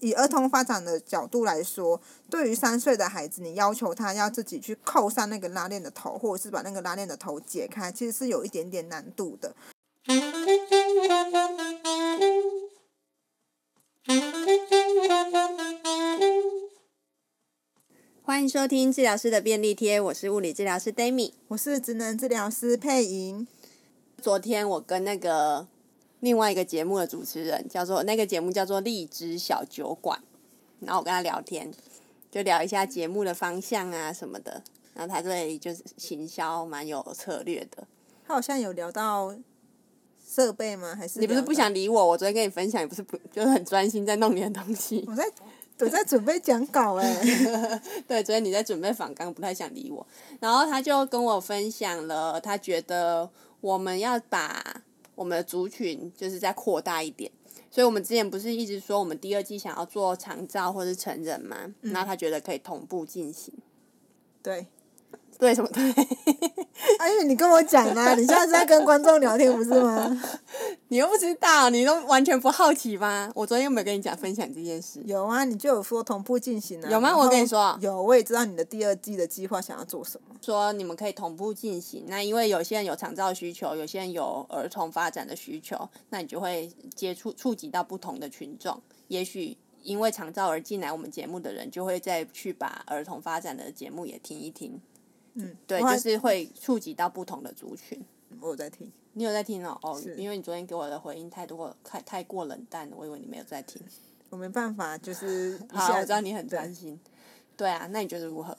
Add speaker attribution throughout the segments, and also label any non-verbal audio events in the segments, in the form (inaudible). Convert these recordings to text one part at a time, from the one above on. Speaker 1: 以儿童发展的角度来说，对于三岁的孩子，你要求他要自己去扣上那个拉链的头，或者是把那个拉链的头解开，其实是有一点点难度的。
Speaker 2: 欢迎收听治疗师的便利贴，我是物理治疗师 Dami。
Speaker 1: 我是职能治疗师佩莹，
Speaker 2: 昨天我跟那个另外一个节目的主持人，叫做那个节目叫做荔枝小酒馆，然后我跟他聊天，就聊一下节目的方向啊什么的。然后他对就是行销蛮有策略的。
Speaker 1: 他好像有聊到设备吗？还是
Speaker 2: 你不是
Speaker 1: 聊到
Speaker 2: 不想？理我？我昨天跟你分享，你不是不就是很专心在弄你的东西？
Speaker 1: 我在我在准备讲稿哎、
Speaker 2: (laughs) 对，昨天你在准备访纲，不太想理我。然后他就跟我分享了，他觉得我们要把我们的族群就是再扩大一点。所以我们之前不是一直说我们第二季想要做长照或是成人吗？那他觉得可以同步进行。
Speaker 1: 对，
Speaker 2: 对什么 (laughs) 对？
Speaker 1: 啊，因为你跟我讲啦、你现在是在跟观众聊天不是吗？ (laughs)
Speaker 2: 你又不知道，你都完全不好奇吗？我昨天有没有跟你讲分享这件事？
Speaker 1: 有啊，你就有说同步进行啊。
Speaker 2: 有吗
Speaker 1: 然后
Speaker 2: 我跟你说啊
Speaker 1: 有，我也知道你的第二季的计划想要做什么。
Speaker 2: 说你们可以同步进行。那因为有些人有长照需求，有些人有儿童发展的需求，那你就会接触触及到不同的群众。也许因为长照而进来我们节目的人，就会再去把儿童发展的节目也听一听。
Speaker 1: 嗯，
Speaker 2: 对，
Speaker 1: 我还
Speaker 2: 就是会触及到不同的族群。
Speaker 1: 我有在听。
Speaker 2: 你有在听哦？哦
Speaker 1: 是，
Speaker 2: 因为你昨天给我的回应太多，太太过冷淡了，我以为你没有在听。
Speaker 1: 我没办法，就是一
Speaker 2: (laughs) 好，
Speaker 1: 下
Speaker 2: 我知道你很
Speaker 1: 啊对
Speaker 2: 担心。对啊，那你觉得如何？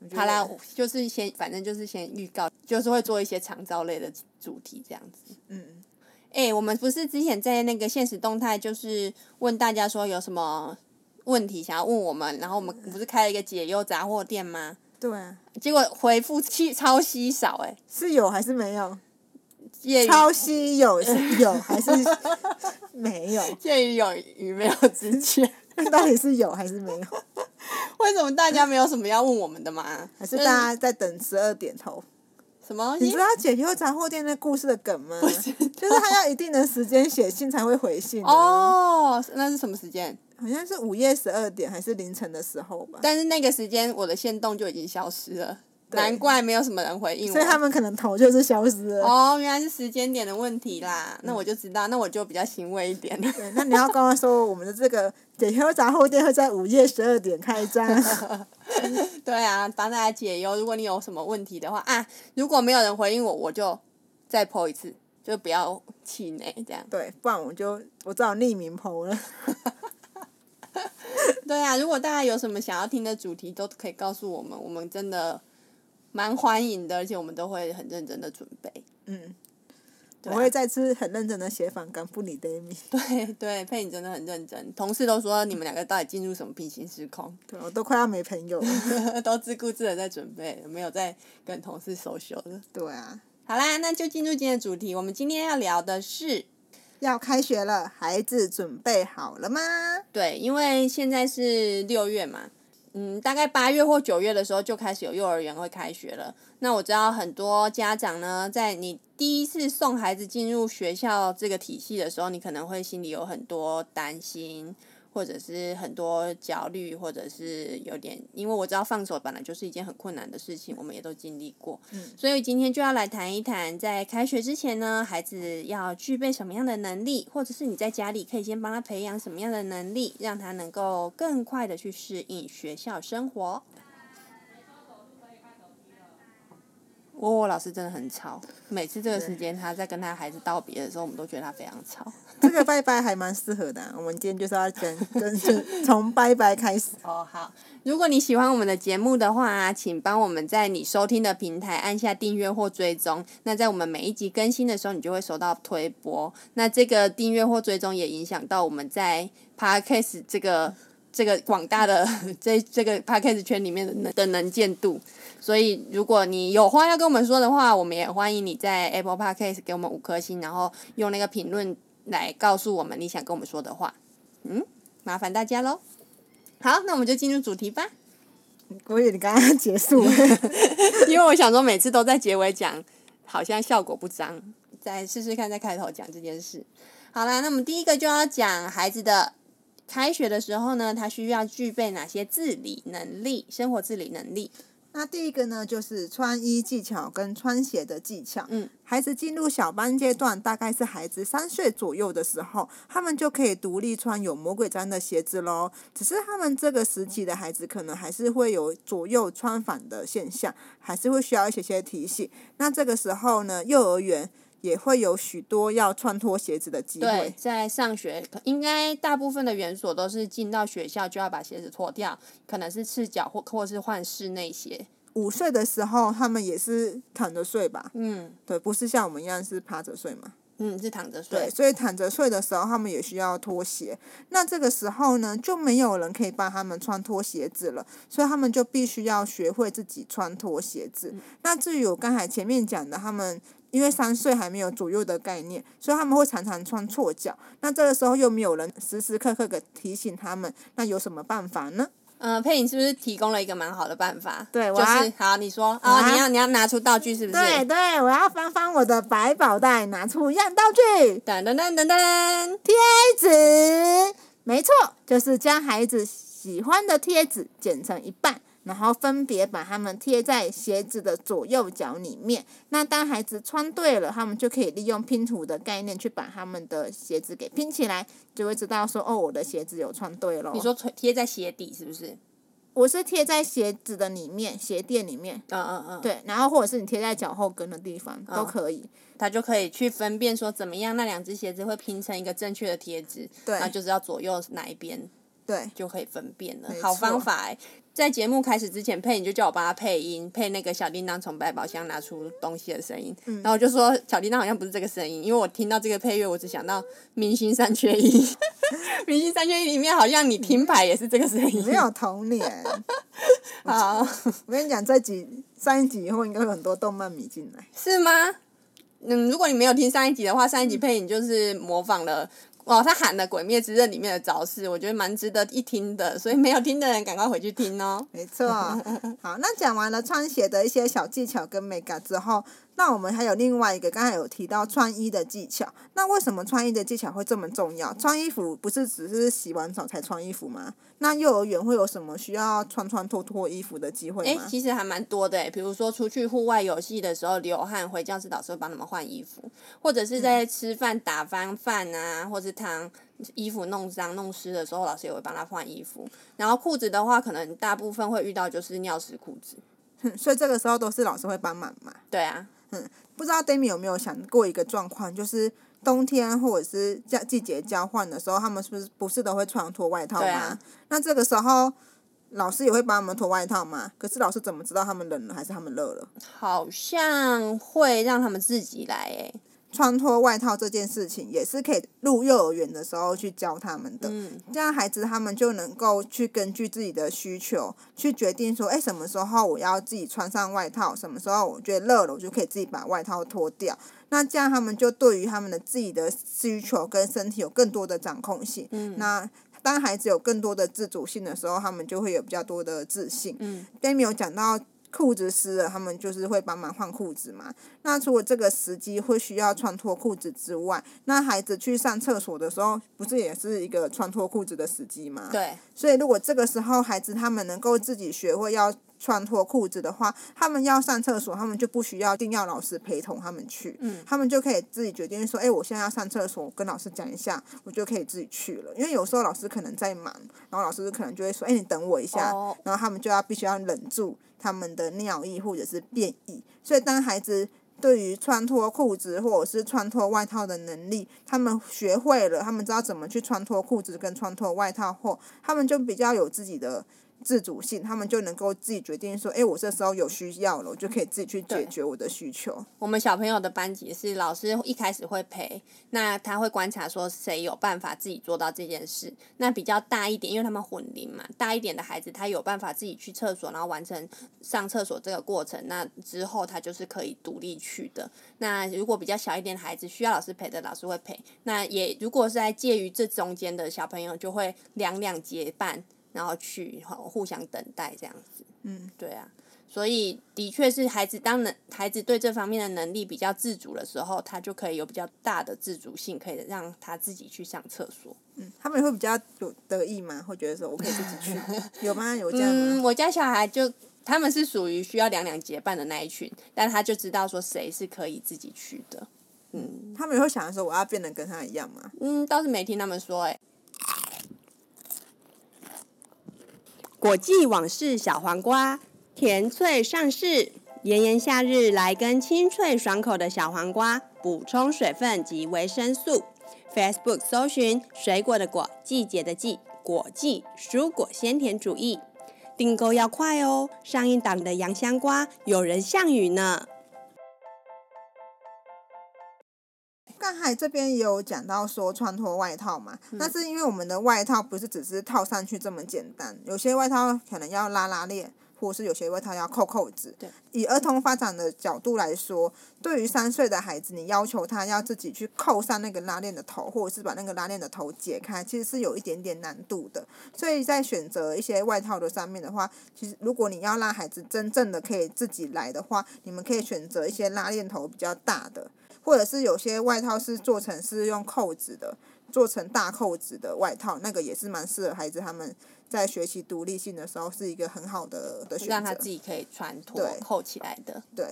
Speaker 1: 我觉得
Speaker 2: 好啦，我就是先，反正就是先预告，就是会做一些长照类的主题这样子。
Speaker 1: 嗯，
Speaker 2: 哎、我们不是之前在那个现实动态，就是问大家说有什么问题想要问我们，然后我们不是开了一个解忧杂货店吗？
Speaker 1: 对啊，
Speaker 2: 结果回复稀超稀少哎、
Speaker 1: 是有还是没有？
Speaker 2: 介于
Speaker 1: 超稀有是有还是没
Speaker 2: (laughs)
Speaker 1: 有？
Speaker 2: 介于有与没有之间，
Speaker 1: 那到底是有还是没有？
Speaker 2: (laughs) 为什么大家没有什么要问我们的吗？
Speaker 1: 还是
Speaker 2: 就
Speaker 1: 大家在等十二点头？
Speaker 2: 什么东
Speaker 1: 你
Speaker 2: 西
Speaker 1: 知？道解忧杂货店那故事的梗吗？就是他要一定的时间写信才会回信、啊。，
Speaker 2: 哦，那是什么时间？
Speaker 1: 好像是午夜十二点还是凌晨的时候吧，
Speaker 2: 但是那个时间我的线动就已经消失了，
Speaker 1: 对
Speaker 2: 难怪没有什么人回应我。
Speaker 1: 所以他们可能头就是消失了。
Speaker 2: 哦，原来是时间点的问题啦，那我就知道，那我就比较欣慰一点。
Speaker 1: 嗯对，那你要跟他说，我们的这个解忧杂货店会在午夜十二点开
Speaker 2: (laughs)
Speaker 1: 张。
Speaker 2: (laughs) 对啊，帮大家解忧。如果你有什么问题的话啊，如果没有人回应我，我就再 po 一次，就不要气馁这样。
Speaker 1: 对，不然我就我只好匿名 PO 了。 (laughs)
Speaker 2: 对啊，如果大家有什么想要听的主题，都可以告诉我们，我们真的蛮欢迎的，而且我们都会很认真的准备。 (laughs)
Speaker 1: 嗯，
Speaker 2: 对
Speaker 1: 我
Speaker 2: 啊
Speaker 1: 会再次很认真的写反纲，不理 Demi。
Speaker 2: 对对，佩你真的很认真，同事都说你们两个到底进入什么平行时空，
Speaker 1: 对，我都快要没朋友了。
Speaker 2: (laughs) 都自顾自的在准备，没有在跟同事 social 的。
Speaker 1: 对啊，
Speaker 2: 好啦，那就进入今天的主题。我们今天要聊的是，
Speaker 1: 要开学了，孩子准备好了吗？
Speaker 2: 对，因为现在是六月嘛，嗯，大概八月或九月的时候就开始有幼儿园会开学了。那我知道很多家长呢，在你第一次送孩子进入学校这个体系的时候，你可能会心里有很多担心，或者是很多焦虑，或者是有点，因为我知道放手本来就是一件很困难的事情，我们也都经历过，
Speaker 1: 嗯
Speaker 2: 所以今天就要来谈一谈，在开学之前呢，孩子要具备什么样的能力，或者是你在家里可以先帮他培养什么样的能力，让他能够更快的去适应学校生活。我我哦老师真的很吵，每次这个时间他在跟他孩子道别的时候，我们都觉得他非常吵。
Speaker 1: 这个拜拜还蛮适合的啊、我们今天就是要跟跟就从拜拜开始。
Speaker 2: 哦，好。如果你喜欢我们的节目的话、啊请帮我们在你收听的平台按下订阅或追踪。那在我们每一集更新的时候，你就会收到推播。那这个订阅或追踪也影响到我们在 Podcast 这个 (laughs) 这个广大的 (laughs) 这这个 Podcast 圈里面的能的能见度。所以，如果你有话要跟我们说的话，我们也欢迎你在 Apple Podcast 给我们五颗星，然后用那个评论来告诉我们你想跟我们说的话。嗯，麻烦大家喽。好，那我们就进入主题吧。
Speaker 1: 我以为你刚刚结束了。
Speaker 2: (laughs) 因为我想说，每次都在结尾讲，好像效果不彰，再试试看在开头讲这件事。好啦，那我们第一个就要讲孩子的开学的时候呢，他需要具备哪些自理能力、生活自理能力？
Speaker 1: 那第一个呢，就是穿衣技巧跟穿鞋的技巧。
Speaker 2: 嗯，
Speaker 1: 孩子进入小班阶段，大概是孩子三岁左右的时候，他们就可以独立穿有魔鬼毡的鞋子喽。只是他们这个时期的孩子，可能还是会有左右穿反的现象，还是会需要一些些提醒。那这个时候呢，幼儿园也会有许多要穿脱鞋子的机
Speaker 2: 对
Speaker 1: 会，。
Speaker 2: 在上学可应该大部分的园所都是进到学校就要把鞋子脱掉，可能是赤脚或或是换室内鞋。
Speaker 1: 五岁的时候，他们也是躺着睡吧？
Speaker 2: 嗯
Speaker 1: 对，不是像我们一样是趴着睡嘛？
Speaker 2: 嗯，是躺着
Speaker 1: 对，
Speaker 2: 睡。
Speaker 1: 所以躺着睡的时候，他们也需要拖鞋。那这个时候呢，就没有人可以帮他们穿拖鞋子了，所以他们就必须要学会自己穿拖鞋子。那至于我刚才前面讲的，他们因为三岁还没有左右的概念，所以他们会常常穿错脚。那这个时候又没有人时时刻刻的提醒他们，那有什么办法呢？
Speaker 2: 嗯、佩影是不是提供了一个蛮好的办法？
Speaker 1: 对我
Speaker 2: 就
Speaker 1: 要
Speaker 2: 是好，你说
Speaker 1: 我
Speaker 2: 啊，
Speaker 1: 要
Speaker 2: 你要你要拿出道具是不是？
Speaker 1: 对对，我要翻翻我的百宝袋，拿出一样道具。
Speaker 2: 噔噔噔噔噔，
Speaker 1: 贴纸，没错，就是将孩子喜欢的贴纸剪成一半，然后分别把它们贴在鞋子的左右脚里面。那当孩子穿对了，他们就可以利用拼图的概念去把他们的鞋子给拼起来，就会知道说哦，我的鞋子有穿对咯。
Speaker 2: 你说贴贴在鞋底是不是？
Speaker 1: 我是贴在鞋子的里面，鞋垫里面。
Speaker 2: 嗯嗯嗯，，
Speaker 1: 对，然后或者是你贴在脚后跟的地方都可以。
Speaker 2: 他就可以去分辨说怎么样那两只鞋子会拼成一个正确的贴纸，
Speaker 1: 对
Speaker 2: 然后就是要左右哪一边
Speaker 1: 对，
Speaker 2: 就可以分辨了
Speaker 1: 没，
Speaker 2: 好方
Speaker 1: 错
Speaker 2: 法哎、在节目开始之前，佩影就叫我帮他配音，配那个小叮当从百宝箱拿出东西的声音。
Speaker 1: 嗯
Speaker 2: 然后我就说小叮当好像不是这个声音，因为我听到这个配乐，我只想到《明星三缺一》，
Speaker 1: (laughs)
Speaker 2: 《明星三缺一》里面好像你停牌也是这个声音。
Speaker 1: 没有童年。 (laughs)
Speaker 2: 好，
Speaker 1: 我跟你讲，这集上一集以后应该有很多动漫迷进来。
Speaker 2: 是吗？嗯，如果你没有听上一集的话，上一集配影就是模仿了。哦，他喊了《鬼灭之刃》里面的招式，我觉得蛮值得一听的，所以没有听的人赶快回去听 (laughs) 哦。
Speaker 1: 没错，好，那讲完了穿鞋的一些小技巧跟美感之后，那我们还有另外一个，刚才有提到穿衣的技巧。那为什么穿衣的技巧会这么重要？穿衣服不是只是洗完澡才穿衣服吗？那幼儿园会有什么需要穿穿脱脱衣服的机会
Speaker 2: 哎、
Speaker 1: 吗？
Speaker 2: 其实还蛮多的哎，比如说出去户外游戏的时候流汗，回教室老师会帮他们换衣服，或者是在吃饭打翻饭啊，或是汤衣服弄脏弄湿的时候，老师也会帮他换衣服。然后裤子的话，可能大部分会遇到就是尿湿裤子。
Speaker 1: 哼所以这个时候都是老师会帮忙嘛。
Speaker 2: 对啊，
Speaker 1: 不知道 d a m i 有没有想过一个状况，就是冬天或者是季季节交换的时候，他们是不是不是都会穿脱外套吗？
Speaker 2: 对啊
Speaker 1: 那这个时候老师也会帮他们脱外套吗？可是老师怎么知道他们冷了还是他们热了？
Speaker 2: 好像会让他们自己来哎。
Speaker 1: 穿脱外套这件事情也是可以入幼儿园的时候去教他们的，
Speaker 2: 嗯，
Speaker 1: 这样孩子他们就能够去根据自己的需求去决定说，哎，什么时候我要自己穿上外套，什么时候我觉得热了，我就可以自己把外套脱掉。那这样他们就对于他们的自己的需求跟身体有更多的掌控性。嗯、那当孩子有更多的自主性的时候，他们就会有比较多的自信。
Speaker 2: 嗯
Speaker 1: d a m i 有讲到裤子湿了，他们就是会帮忙换裤子嘛。那除了这个时机会需要穿脱裤子之外，那孩子去上厕所的时候，不是也是一个穿脱裤子的时机吗？。
Speaker 2: 对，
Speaker 1: 所以如果这个时候孩子他们能够自己学会要穿脱裤子的话，他们要上厕所，他们就不需要一定要老师陪同他们去，
Speaker 2: 嗯
Speaker 1: 他们就可以自己决定说，哎，我现在要上厕所，我跟老师讲一下，我就可以自己去了。因为有时候老师可能在忙，然后老师可能就会说，哎，你等我一下，
Speaker 2: 哦
Speaker 1: 然后他们就要必须要忍住他们的尿意或者是便意。所以当孩子对于穿脱裤子或者是穿脱外套的能力，他们学会了，他们知道怎么去穿脱裤子跟穿脱外套后，他们就比较有自己的自主性，他们就能够自己决定说，诶，我这时候有需要了，我就可以自己去解决我的需求。
Speaker 2: 我们小朋友的班级是老师一开始会陪，那他会观察说谁有办法自己做到这件事。那比较大一点，因为他们混龄嘛，大一点的孩子他有办法自己去厕所，然后完成上厕所这个过程。那之后他就是可以独立去的。那如果比较小一点的孩子需要老师陪的，老师会陪。那也如果是在介于这中间的小朋友，就会两两结伴，然后去互相等待这样子。
Speaker 1: 嗯，
Speaker 2: 对啊。所以的确是孩子当能孩子对这方面的能力比较自主的时候，他就可以有比较大的自主性，可以让他自己去上厕所。
Speaker 1: 嗯，他们会比较有得意吗？会觉得说我可以自己去，有吗？有这样
Speaker 2: 嗯，
Speaker 1: 吗？
Speaker 2: 我家小孩就他们是属于需要两两结伴的那一群，但他就知道说谁是可以自己去的。
Speaker 1: 他们会想说我要变得跟他一样吗？
Speaker 2: 嗯，倒是没听他们说哎、果季往事小黄瓜，甜脆上市。炎炎夏日来根清脆爽口的小黄瓜，补充水分及维生素。Facebook 搜寻“水果的果，季节的季，果季蔬果鲜甜主义”，订购要快哦！上一档的洋香瓜有人项羽呢。
Speaker 1: 刚才这边也有讲到说穿脱外套嘛，那是因为我们的外套不是只是套上去这么简单，有些外套可能要拉拉链，或是有些外套要扣扣子。
Speaker 2: 对，
Speaker 1: 以儿童发展的角度来说，对于三岁的孩子，你要求他要自己去扣上那个拉链的头，或者是把那个拉链的头解开，其实是有一点点难度的。所以在选择一些外套的上面的话，其实如果你要让孩子真正的可以自己来的话，你们可以选择一些拉链头比较大的，或者是有些外套是做成是用扣子的，做成大扣子的外套，那个也是蛮适合孩子他们在学习独立性的时候是一个很好的的选择。
Speaker 2: 让他自己可以穿脱
Speaker 1: 对
Speaker 2: 扣起来的。
Speaker 1: 对。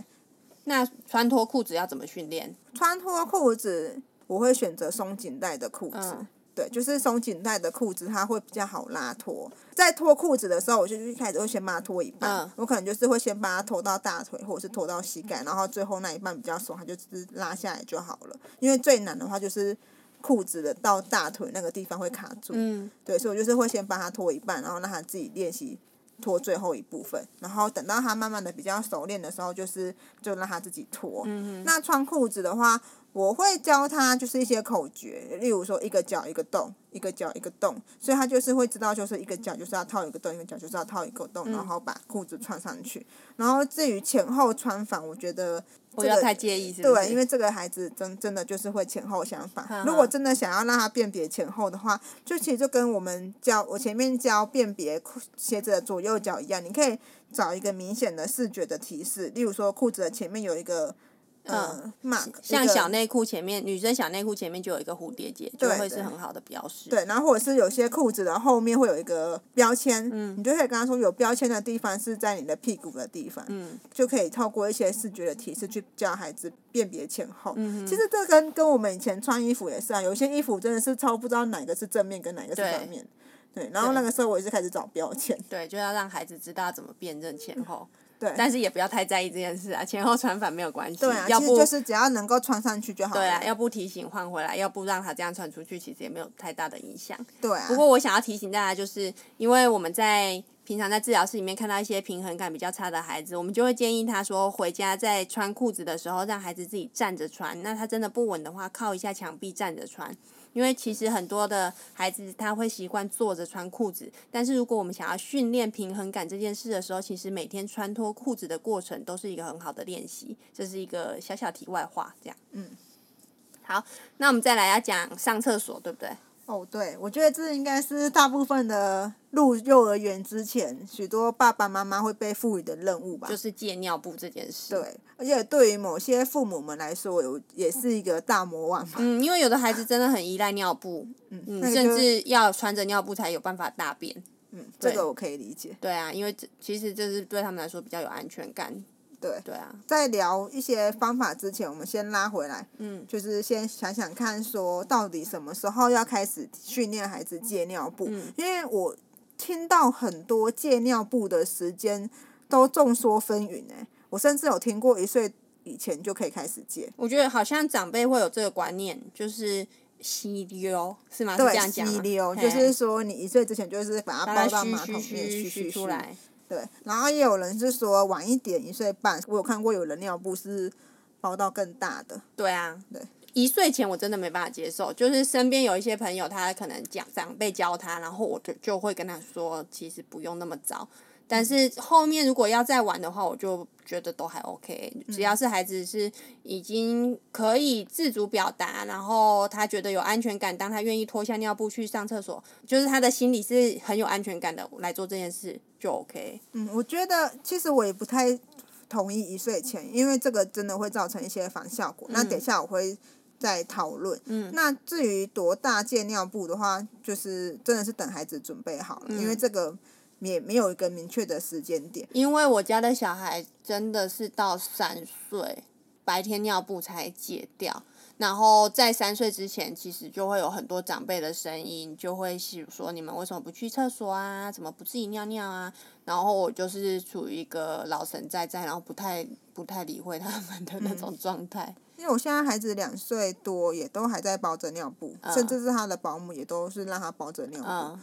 Speaker 2: 那穿脱裤子要怎么训练？
Speaker 1: 穿脱裤子，我会选择松紧带的裤子。
Speaker 2: 嗯
Speaker 1: 对，就是松紧带的裤子，它会比较好拉脱。在脱裤子的时候，我就一开始会先把它脱一半，
Speaker 2: 嗯
Speaker 1: 我可能就是会先把它脱到大腿，或者是脱到膝盖，然后最后那一半比较松，它就只是拉下来就好了。因为最难的话就是裤子的到大腿那个地方会卡住，
Speaker 2: 嗯，
Speaker 1: 对，所以我就是会先帮他脱一半，然后让他自己练习脱最后一部分，然后等到他慢慢的比较熟练的时候，就是就让他自己脱。
Speaker 2: 嗯
Speaker 1: 那穿裤子的话，我会教他就是一些口诀，例如说一个脚一个洞，一个脚一个洞，所以他就是会知道，就是一个脚就是要套一个洞，一个脚就是要套一个
Speaker 2: 嗯
Speaker 1: 洞，然后把裤子穿上去。然后至于前后穿法，我觉得
Speaker 2: 不
Speaker 1: 这
Speaker 2: 要
Speaker 1: 个
Speaker 2: 太介意，是不是？
Speaker 1: 对，因为这个孩子真真的就是会前后相反。
Speaker 2: 嗯
Speaker 1: 如果真的想要让他辨别前后的话，就其实就跟我们教我前面教辨别裤鞋子的左右脚一样，你可以找一个明显的视觉的提示，例如说裤子的前面有一个呃 mark，
Speaker 2: 嗯像
Speaker 1: 一个
Speaker 2: 小内裤前面，女生小内裤前面就有一个蝴蝶结，就
Speaker 1: 对
Speaker 2: 会是
Speaker 1: 对
Speaker 2: 很好的标识。
Speaker 1: 对，然后或者是有些裤子的后面会有一个标签，
Speaker 2: 嗯
Speaker 1: 你就可以跟他说有标签的地方是在你的屁股的地方，
Speaker 2: 嗯
Speaker 1: 就可以透过一些视觉的提示去教孩子辨别前后。
Speaker 2: 嗯
Speaker 1: 其实这跟跟我们以前穿衣服也是啊，有些衣服真的是超不知道哪个是正面跟哪个是
Speaker 2: 对
Speaker 1: 反面。对，然后那个时候我也是开始找标
Speaker 2: (laughs)
Speaker 1: 签，
Speaker 2: 对，就要让孩子知道怎么辨认前后。
Speaker 1: 嗯对
Speaker 2: 但是也不要太在意这件事啊，前后穿反没有关系。
Speaker 1: 对啊，
Speaker 2: 要
Speaker 1: 其实
Speaker 2: 不
Speaker 1: 就是只要能够穿上去就好了。
Speaker 2: 对啊，要不提醒换回来，要不让他这样穿出去，其实也没有太大的影响。
Speaker 1: 对啊
Speaker 2: 不过我想要提醒大家，就是因为我们在平常在治疗室里面看到一些平衡感比较差的孩子，我们就会建议他说，回家在穿裤子的时候，让孩子自己站着穿。那他真的不稳的话，靠一下墙壁站着穿。因为其实很多的孩子他会习惯坐着穿裤子，但是如果我们想要训练平衡感这件事的时候，其实每天穿脱裤子的过程都是一个很好的练习。这是一个小小题外话，这样。
Speaker 1: 嗯。
Speaker 2: 好，那我们再来要讲上厕所，对不对？
Speaker 1: 哦，对，我觉得这应该是大部分的入幼儿园之前，许多爸爸妈妈会被赋予的任务吧。
Speaker 2: 就是戒尿布这件事。，
Speaker 1: 对，而且对于某些父母们来说，有也是一个大魔王嘛。
Speaker 2: 嗯，因为有的孩子真的很依赖尿布，嗯，
Speaker 1: (laughs) 那个
Speaker 2: 甚
Speaker 1: 就
Speaker 2: 至要穿着尿布才有办法大便。
Speaker 1: 嗯，这
Speaker 2: 对
Speaker 1: 个我可以理解。
Speaker 2: 对啊，因为这其实这是对他们来说比较有安全感。
Speaker 1: 对
Speaker 2: 对啊，
Speaker 1: 在聊一些方法之前，我们先拉回来，
Speaker 2: 嗯，
Speaker 1: 就是先想想看，说到底什么时候要开始训练孩子戒尿布？
Speaker 2: 嗯
Speaker 1: 因为我听到很多戒尿布的时间都众说纷纭哎、我甚至有听过一岁以前就可以开始戒。
Speaker 2: 我觉得好像长辈会有这个观念，就是吸溜是吗？是这
Speaker 1: 对，
Speaker 2: 样讲吗
Speaker 1: 吸溜
Speaker 2: 嘿
Speaker 1: 就是说，你一岁之前就是把它
Speaker 2: 把
Speaker 1: 包
Speaker 2: 它
Speaker 1: 到
Speaker 2: 嘘
Speaker 1: 马桶
Speaker 2: 嘘
Speaker 1: 里面，
Speaker 2: 嘘嘘出来。
Speaker 1: 对，然后也有人是说晚一点一岁半，我有看过有人尿布是包到更大的，
Speaker 2: 对啊，
Speaker 1: 对。
Speaker 2: 一岁前我真的没办法接受，就是身边有一些朋友，他可能讲长辈教他，然后我就就会跟他说，其实不用那么早。但是后面如果要再玩的话，我就觉得都还 OK，只要是孩子是已经可以自主表达，然后他觉得有安全感，当他愿意脱下尿布去上厕所，就是他的心里是很有安全感的来做这件事就 OK。
Speaker 1: 嗯，我觉得其实我也不太同意一岁前，因为这个真的会造成一些反效果。那等一下我会再讨论。嗯，那至于多大借尿布的话，就是真的是等孩子准备好了，因为这个也没有一个明确的时间点。
Speaker 2: 因为我家的小孩真的是到三岁，白天尿布才解掉，然后在三岁之前，其实就会有很多长辈的声音，就会是说你们为什么不去厕所啊？怎么不自己尿尿啊？然后我就是处于一个老神在在，然后不太不太理会他们的那种状态。
Speaker 1: 因为我现在孩子两岁多，也都还在包着尿布，甚至是他的保姆也都是让他包着尿布。
Speaker 2: 嗯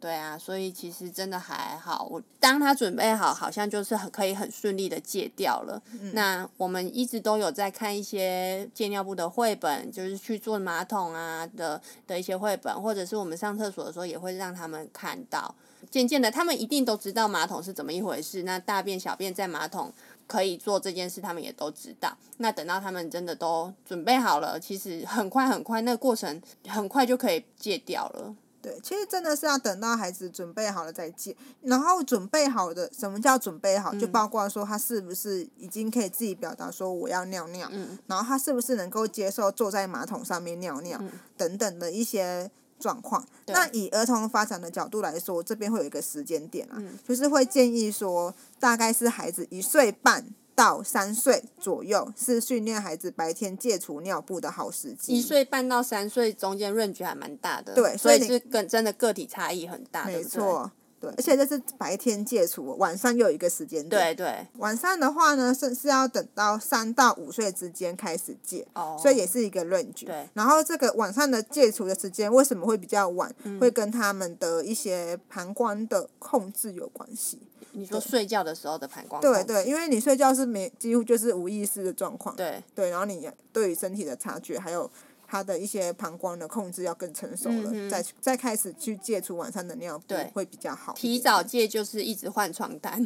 Speaker 2: 对啊，所以其实真的还好。我当他准备好，好像就是很可以很顺利的戒掉了。那我们一直都有在看一些戒尿布的绘本，就是去做马桶啊的的一些绘本，或者是我们上厕所的时候也会让他们看到。渐渐的，他们一定都知道马桶是怎么一回事。那大便、小便在马桶可以做这件事，他们也都知道。那等到他们真的都准备好了，其实很快很快，那个过程很快就可以戒掉了。
Speaker 1: 对，其实真的是要等到孩子准备好了再借。然后准备好的，什么叫准备好？
Speaker 2: 嗯
Speaker 1: 就包括说他是不是已经可以自己表达说我要尿尿，
Speaker 2: 嗯
Speaker 1: 然后他是不是能够接受坐在马桶上面尿尿、
Speaker 2: 嗯
Speaker 1: 等等的一些状况。那以儿童发展的角度来说，这边会有一个时间点啊，
Speaker 2: 嗯
Speaker 1: 就是会建议说，大概是孩子一岁半。到三岁左右是训练孩子白天戒除尿布的好时机。
Speaker 2: 一岁半到三岁中间 range 还蛮大的，
Speaker 1: 嗯对
Speaker 2: 所以
Speaker 1: 所以
Speaker 2: 是跟真的个体差异很大，
Speaker 1: 没
Speaker 2: 对不对？
Speaker 1: 错，对，而且这是白天戒除，晚上又有一个时间点。
Speaker 2: 对对，
Speaker 1: 晚上的话呢，是是要等到三到五岁之间开始戒，
Speaker 2: 哦，
Speaker 1: 所以也是一个 range。
Speaker 2: 对
Speaker 1: 然后这个晚上的戒除的时间为什么会比较晚，
Speaker 2: 嗯
Speaker 1: 会跟他们的一些膀胱的控制有关系。
Speaker 2: 你说睡觉的时候的膀胱
Speaker 1: 对
Speaker 2: 痛
Speaker 1: 对，因为你睡觉是没几乎就是无意识的状况。
Speaker 2: 对
Speaker 1: 对，然后你对于身体的察觉，还有它的一些膀胱的控制要更成熟了，再去再开始去戒除晚上的尿布
Speaker 2: 嗯对
Speaker 1: 会比较好一点。
Speaker 2: 提早戒就是一直换床单，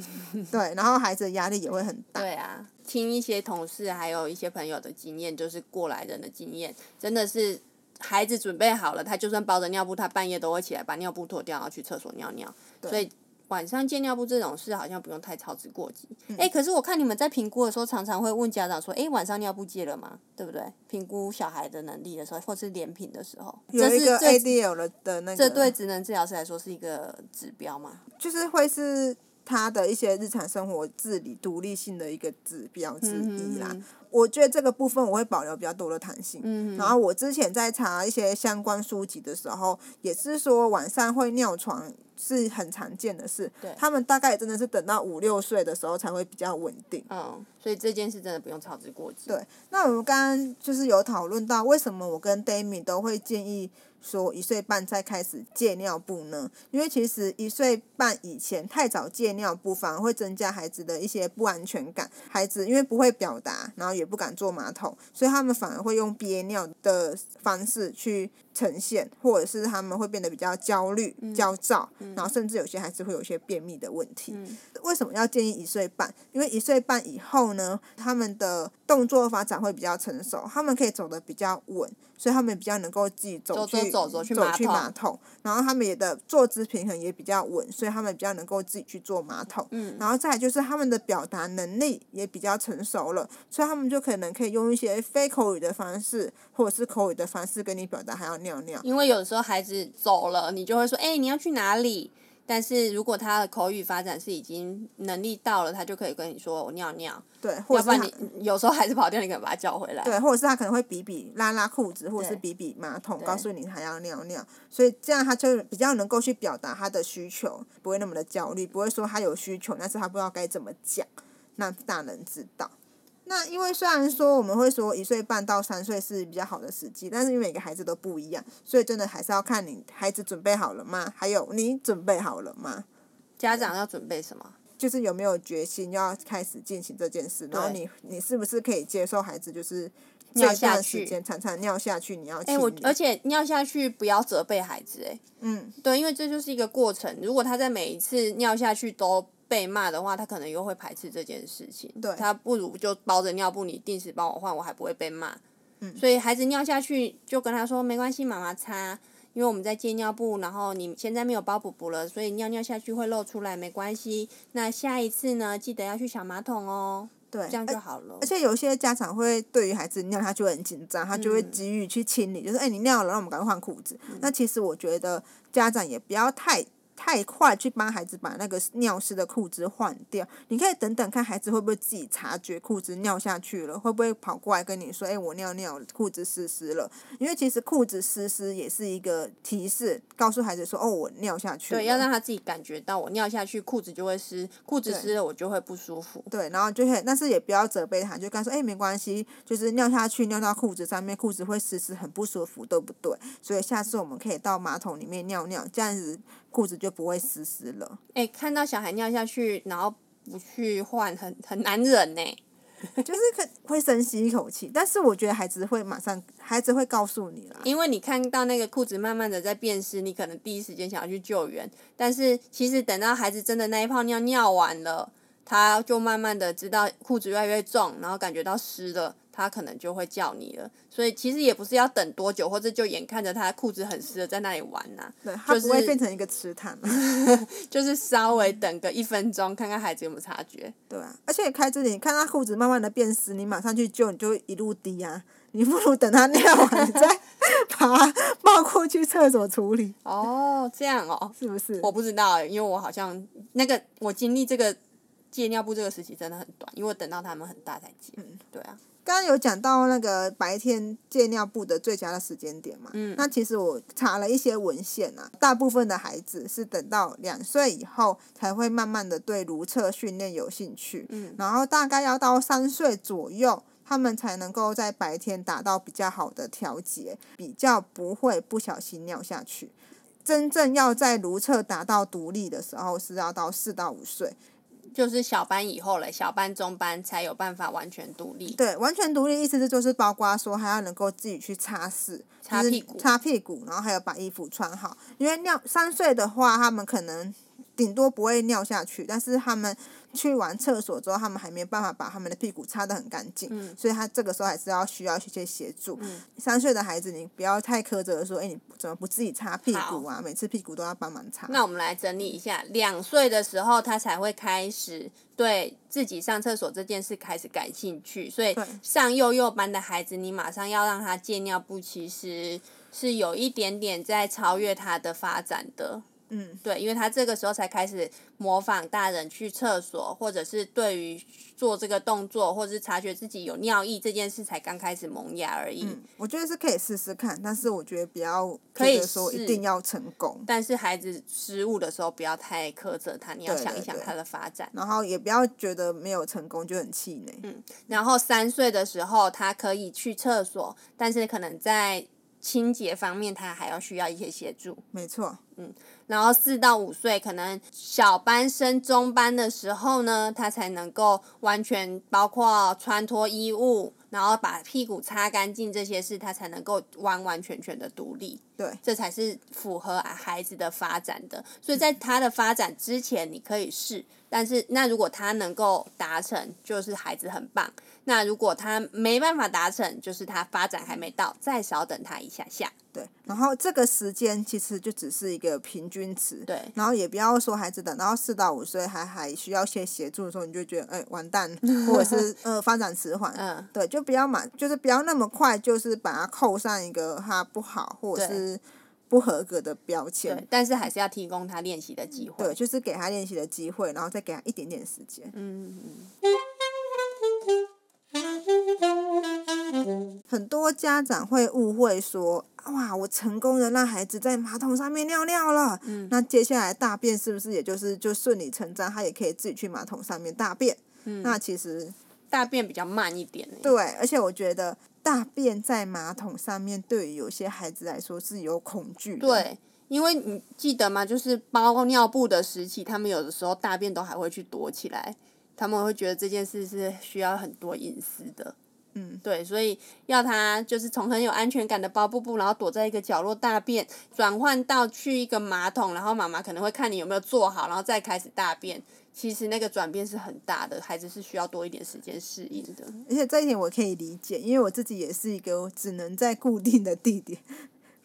Speaker 1: 对，然后孩子的压力也会很大。
Speaker 2: 对啊，听一些同事还有一些朋友的经验，就是过来人的经验，真的是孩子准备好了，他就算包着尿布，他半夜都会起来把尿布脱掉，然后去厕所尿尿，所以。晚上借尿布这种事好像不用太操之过急。
Speaker 1: 嗯
Speaker 2: 哎、可是我看你们在评估的时候，常常会问家长说：“哎、晚上尿布戒了吗？”对不对？评估小孩的能力的时候，或是连评的时候，
Speaker 1: 有
Speaker 2: 这
Speaker 1: 一
Speaker 2: 是
Speaker 1: 个
Speaker 2: 这
Speaker 1: ADL 的的那个，
Speaker 2: 这对职能治疗师来说是一个指标嘛？
Speaker 1: 就是会是他的一些日常生活自理独立性的一个指标之一啦。
Speaker 2: 嗯哼嗯
Speaker 1: 我觉得这个部分我会保留比较多的弹性。然后我之前在查一些相关书籍的时候，也是说晚上会尿床。是很常见的事
Speaker 2: 对，
Speaker 1: 他们大概也真的是等到五六岁的时候才会比较稳定。
Speaker 2: 嗯，所以这件事真的不用操之过急。
Speaker 1: 对，那我们刚刚就是有讨论到，为什么我跟 d a m i 都会建议说一岁半再开始戒尿布呢？因为其实一岁半以前太早戒尿布，反而会增加孩子的一些不安全感。孩子因为不会表达，然后也不敢坐马桶，所以他们反而会用憋尿的方式去呈现，或者是他们会变得比较焦虑、焦躁，然后甚至有些孩子会有一些便秘的问题。为什么要建议一岁半？因为一岁半以后呢，他们的动作发展会比较成熟，他们可以走得比较稳，所以他们比较能够自己走
Speaker 2: 走
Speaker 1: 去
Speaker 2: 走走走去
Speaker 1: 走
Speaker 2: 马
Speaker 1: 去
Speaker 2: 桶
Speaker 1: 马桶，然后他们也的坐姿平衡也比较稳，所以他们比较能够自己去坐马桶。嗯，然后再来就是他们的表达能力也比较成熟了，所以他们就可能可以用一些非口语的方式或者是口语的方式跟你表达还要尿尿。
Speaker 2: 因为有的时候孩子走了，你就会说：“哎、你要去哪里？”但是如果他的口语发展是已经能力到了，他就可以跟你说“我尿尿
Speaker 1: 对，”，或
Speaker 2: 要
Speaker 1: 者
Speaker 2: 不
Speaker 1: 是
Speaker 2: 然
Speaker 1: 他
Speaker 2: 你有时候孩子跑掉，你可能把他叫回来。
Speaker 1: 对，或者是他可能会比比拉拉裤子，或者是
Speaker 2: 对
Speaker 1: 比比马桶，
Speaker 2: 对
Speaker 1: 告诉你还要尿尿，所以这样他就比较能够去表达他的需求，不会那么的焦虑，不会说他有需求，但是他不知道该怎么讲，让大人知道。那因为虽然说我们会说一岁半到三岁是比较好的时机，但是因为每个孩子都不一样，所以真的还是要看你孩子准备好了吗？还有你准备好了吗？
Speaker 2: 家长要准备什么？
Speaker 1: 就是有没有决心要开始进行这件事，然后
Speaker 2: 对
Speaker 1: 你你是不是可以接受孩子就是
Speaker 2: 尿
Speaker 1: 这一
Speaker 2: 下
Speaker 1: 段
Speaker 2: 去
Speaker 1: 时间常常尿下去，你要
Speaker 2: 哎、
Speaker 1: 清
Speaker 2: 我
Speaker 1: 理
Speaker 2: 而且尿下去不要责备孩子、哎，
Speaker 1: 嗯，
Speaker 2: 对，因为这就是一个过程。如果他在每一次尿下去都被骂的话，他可能又会排斥这件事情。
Speaker 1: 对
Speaker 2: 他不如就包着尿布，你定时帮我换，我还不会被骂。
Speaker 1: 嗯
Speaker 2: 所以孩子尿下去，就跟他说没关系，妈妈擦，因为我们在借尿布，然后你现在没有包补补了，所以尿尿下去会漏出来，没关系。那下一次呢，记得要去小马桶哦，
Speaker 1: 对，
Speaker 2: 这样就
Speaker 1: 而
Speaker 2: 好了
Speaker 1: 而。且有些家长会对于孩子尿，他就会很紧张，他就
Speaker 2: 嗯
Speaker 1: 会急于去清理，就是哎、你尿了，让我们赶快换裤子。那其实我觉得家长也不要太太快去帮孩子把那个尿湿的裤子换掉，你可以等等看孩子会不会自己察觉裤子尿下去了，会不会跑过来跟你说，哎、我尿尿了，裤子湿湿了。因为其实裤子湿湿也是一个提示，告诉孩子说，哦，我尿下去了。
Speaker 2: 对，要让他自己感觉到，我尿下去裤子就会湿，裤子
Speaker 1: 对
Speaker 2: 湿了我就会不舒服。
Speaker 1: 对，然后就会，但是也不要责备他，就跟他说，哎、没关系，就是尿下去，尿到裤子上面，裤子会湿湿，很不舒服，对不对？所以下次我们可以到马桶里面尿尿，这样子裤子就不会湿湿
Speaker 2: (laughs)
Speaker 1: 了。
Speaker 2: 哎、看到小孩尿下去，然后不去换，很很难忍呢、
Speaker 1: 就是可会深吸一口气，但是我觉得孩子会马上，孩子会告诉你啦。
Speaker 2: 因为你看到那个裤子慢慢的在变湿，你可能第一时间想要去救援，但是其实等到孩子真的那一泡尿尿完了，他就慢慢的知道裤子越来越重，然后感觉到湿了，他可能就会叫你了。所以其实也不是要等多久，或者就眼看着他裤子很湿的在那里玩呐、啊
Speaker 1: 对，他
Speaker 2: 就是
Speaker 1: 不会变成一个池塘，
Speaker 2: 就是稍微等个一分钟，看看孩子有没有察觉。
Speaker 1: 对啊。而且开之前，你看他裤子慢慢的变湿，你马上去救，你就一路滴啊。你不如等他尿完，你 (laughs) 再把他抱过去厕所处理，
Speaker 2: 哦，这样哦，
Speaker 1: 是不是？
Speaker 2: 我不知道欸，因为我好像那个我经历这个戒尿布这个时期真的很短，因为我等到他们很大才戒。对啊，
Speaker 1: 刚刚有讲到那个白天借尿布的最佳的时间点嘛，
Speaker 2: 嗯
Speaker 1: 那其实我查了一些文献啊，大部分的孩子是等到两岁以后才会慢慢的对如厕训练有兴趣，
Speaker 2: 嗯
Speaker 1: 然后大概要到三岁左右，他们才能够在白天达到比较好的调节，比较不会不小心尿下去。真正要在如厕达到独立的时候，是要到四到五岁，
Speaker 2: 就是小班以后了，小班、中班才有办法完全独立。
Speaker 1: 对，完全独立意思是就是包括说还要能够自己去擦拭，
Speaker 2: 擦
Speaker 1: 就是
Speaker 2: 屁股
Speaker 1: 擦屁股，然后还有把衣服穿好。因为尿三岁的话，他们可能顶多不会尿下去，但是他们去完厕所之后，他们还没有办法把他们的屁股擦得很干净，
Speaker 2: 嗯
Speaker 1: 所以他这个时候还是要需要一些协助。
Speaker 2: 嗯
Speaker 1: 三岁的孩子，你不要太苛责地说，哎，你怎么不自己擦屁股啊？每次屁股都要帮忙擦。
Speaker 2: 那我们来整理一下，两岁的时候他才会开始对自己上厕所这件事开始感兴趣，所以
Speaker 1: 对
Speaker 2: 上幼幼班的孩子，你马上要让他戒尿布，其实是有一点点在超越他的发展的。
Speaker 1: 嗯，
Speaker 2: 对，因为他这个时候才开始模仿大人去厕所，或者是对于做这个动作，或者是察觉自己有尿意这件事才刚开始萌芽而已。
Speaker 1: 嗯，我觉得是可以试试看，但是我觉得不要
Speaker 2: 可以
Speaker 1: 觉得说
Speaker 2: 试
Speaker 1: 一定要成功。
Speaker 2: 但是孩子失误的时候，不要太苛责他，你要
Speaker 1: 对
Speaker 2: 想一
Speaker 1: 对
Speaker 2: 想
Speaker 1: 对
Speaker 2: 他的发展。
Speaker 1: 然后也不要觉得没有成功就很气馁。
Speaker 2: 嗯然后三岁的时候，他可以去厕所，但是可能在清洁方面，他还要需要一些协助。
Speaker 1: 没错，
Speaker 2: 然后四到五岁，可能小班升中班的时候呢，他才能够完全包括穿脱衣物，然后把屁股擦干净这些事，他才能够完完全全的独立。
Speaker 1: 对，
Speaker 2: 这才是符合孩子的发展的。
Speaker 1: 嗯
Speaker 2: 所以在他的发展之前，你可以试，但是那如果他能够达成，就是孩子很棒；那如果他没办法达成，就是他发展还没到，再少等他一下下。
Speaker 1: 对。然后这个时间其实就只是一个平均值。
Speaker 2: 对。
Speaker 1: 然后也不要说孩子等到四到五岁还还需要些协助的时候，你就觉得哎、完蛋，或者
Speaker 2: (laughs)
Speaker 1: 是呃发展迟缓。
Speaker 2: 嗯
Speaker 1: 对，就不要马，就是不要那么快，就是把它扣上一个他不好或者
Speaker 2: 对
Speaker 1: 是不合格的标
Speaker 2: 对
Speaker 1: 签。，
Speaker 2: 但是还是要提供他练习的机会。
Speaker 1: 对，就是给他练习的机会，然后再给他一点点时间。很多家长会误会说，啊哇，我成功的让孩子在马桶上面尿尿了，
Speaker 2: 嗯
Speaker 1: 那接下来大便是不是也就是就顺理成章，他也可以自己去马桶上面大便？
Speaker 2: 嗯
Speaker 1: 那其实
Speaker 2: 大便比较慢一点、欸。
Speaker 1: 对，而且我觉得大便在马桶上面，对于有些孩子来说是有恐惧的。
Speaker 2: 对，因为你记得吗？就是包尿布的时期，他们有的时候大便都还会去躲起来，他们会觉得这件事是需要很多隐私的。
Speaker 1: 嗯，
Speaker 2: 对，所以要他就是从很有安全感的包布布，然后躲在一个角落大便，转换到去一个马桶，然后妈妈可能会看你有没有坐好，然后再开始大便。其实那个转变是很大的，孩子是需要多一点时间适应的。
Speaker 1: 而且这一点我可以理解，因为我自己也是一个只能在固定的地点、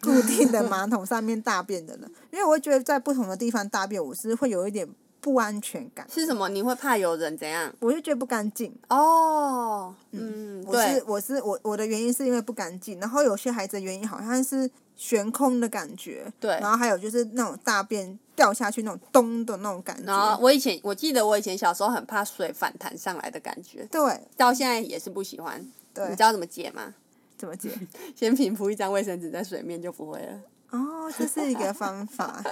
Speaker 1: 固定的马桶上面大便的人，因为我会觉得在不同的地方大便，我是会有一点不安全感，
Speaker 2: 是什么？你会怕有人怎样？
Speaker 1: 我就觉得不干净。
Speaker 2: 哦，嗯，
Speaker 1: 我是
Speaker 2: 对，
Speaker 1: 我是我我的原因是因为不干净，然后有些孩子的原因好像是悬空的感觉，
Speaker 2: 对
Speaker 1: 然后还有就是那种大便掉下去那种咚的那种感
Speaker 2: 然后
Speaker 1: 觉，
Speaker 2: 我以前我记得我以前小时候很怕水反弹上来的感觉，
Speaker 1: 对
Speaker 2: 到现在也是不喜欢。你
Speaker 1: 对
Speaker 2: 知，道怎么解吗？
Speaker 1: 怎么解？
Speaker 2: 先平铺一张卫生纸在水面就不会了。
Speaker 1: 哦，这是一个方法，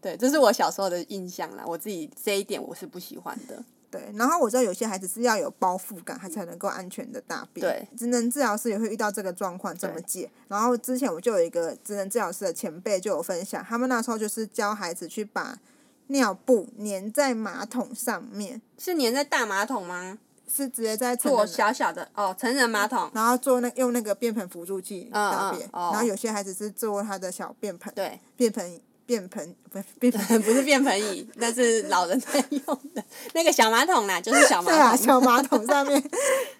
Speaker 2: 对，这是我小时候的印象啦，我自己这一点我是不喜欢的。
Speaker 1: 对。然后我知道有些孩子是要有包覆感，他才能够安全的大便。
Speaker 2: 对，
Speaker 1: 职能治疗师也会遇到这个状况，怎么解？然后之前我就有一个职能治疗师的前辈就有分享，他们那时候就是教孩子去把尿布粘在马桶上面，
Speaker 2: 是粘在大马桶吗？
Speaker 1: 是直接在成人嗯
Speaker 2: 做小小的哦，成人马桶。
Speaker 1: 然后做那用那个便盆辅助器
Speaker 2: 嗯
Speaker 1: 大
Speaker 2: 嗯
Speaker 1: 便，
Speaker 2: 哦
Speaker 1: 然后有些孩子是做他的小便盆，
Speaker 2: 对， (laughs)
Speaker 1: 便盆便盆不是便盆，
Speaker 2: 不是便盆椅，那是老人在用的那个小马桶啦，就是小
Speaker 1: 对啊，
Speaker 2: 马桶。
Speaker 1: 小马桶上
Speaker 2: (laughs)
Speaker 1: 面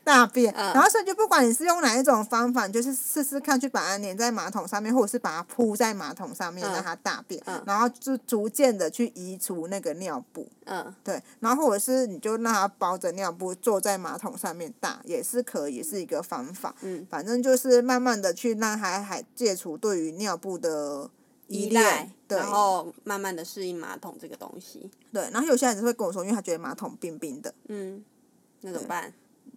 Speaker 1: 大便，
Speaker 2: 嗯
Speaker 1: 然后所以就不管你是用哪一种方法，你就是试试看去把它粘在马桶上面，或者是把它铺在马桶上面
Speaker 2: 嗯
Speaker 1: 让它大便
Speaker 2: 嗯，
Speaker 1: 然后就逐渐的去移除那个尿布， (laughs)
Speaker 2: 嗯，
Speaker 1: 对，然后或者是你就让它包着尿布坐在马桶上面大也是可以，也是一个方法，
Speaker 2: 嗯，
Speaker 1: 反正就是慢慢的去让孩孩戒除对于尿布的
Speaker 2: 依赖
Speaker 1: 恋，，对
Speaker 2: 然后慢慢的适应马桶这个东西。
Speaker 1: 对，然后有些孩子会跟我说，因为他觉得马桶冰冰的，
Speaker 2: 嗯，那怎么办？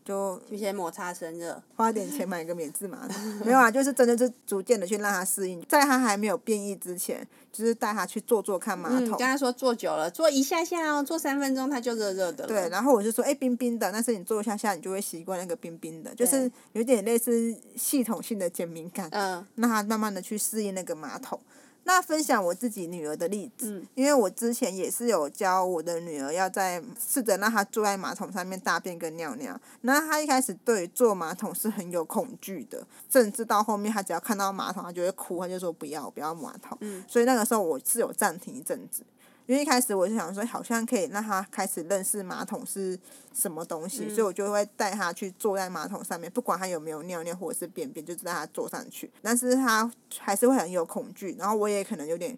Speaker 1: 就
Speaker 2: 就先摩擦生热。
Speaker 1: 花点钱买一个免治马桶， (laughs) 没有啊，就是真的是逐渐的去让他适应，在他还没有变异之前，就是带他去坐坐看马
Speaker 2: 嗯，
Speaker 1: 桶
Speaker 2: 跟，他说坐久了，坐一下下哦，坐三分钟它就热热的了。
Speaker 1: 对，然后我就说，哎，冰冰的，但是你坐一下下，你就会习惯那个冰冰的，就是
Speaker 2: 对
Speaker 1: 有点类似系统性的减敏感，
Speaker 2: 嗯
Speaker 1: 让他慢慢的去适应那个马桶。那分享我自己女儿的例子，
Speaker 2: 嗯
Speaker 1: 因为我之前也是有教我的女儿要在试着让她坐在马桶上面大便跟尿尿。那她一开始对于坐马桶是很有恐惧的，甚至到后面她只要看到马桶，她就会哭，她就说不要我不要马桶。
Speaker 2: 嗯
Speaker 1: 所以那个时候我是有暂停一阵子，因为一开始我就想说好像可以让她开始认识马桶是什么东西，
Speaker 2: 嗯
Speaker 1: 所以我就会带她去坐在马桶上面，不管她有没有尿尿或者是便便，就是让她坐上去。但是她还是会很有恐惧，然后我也可能有点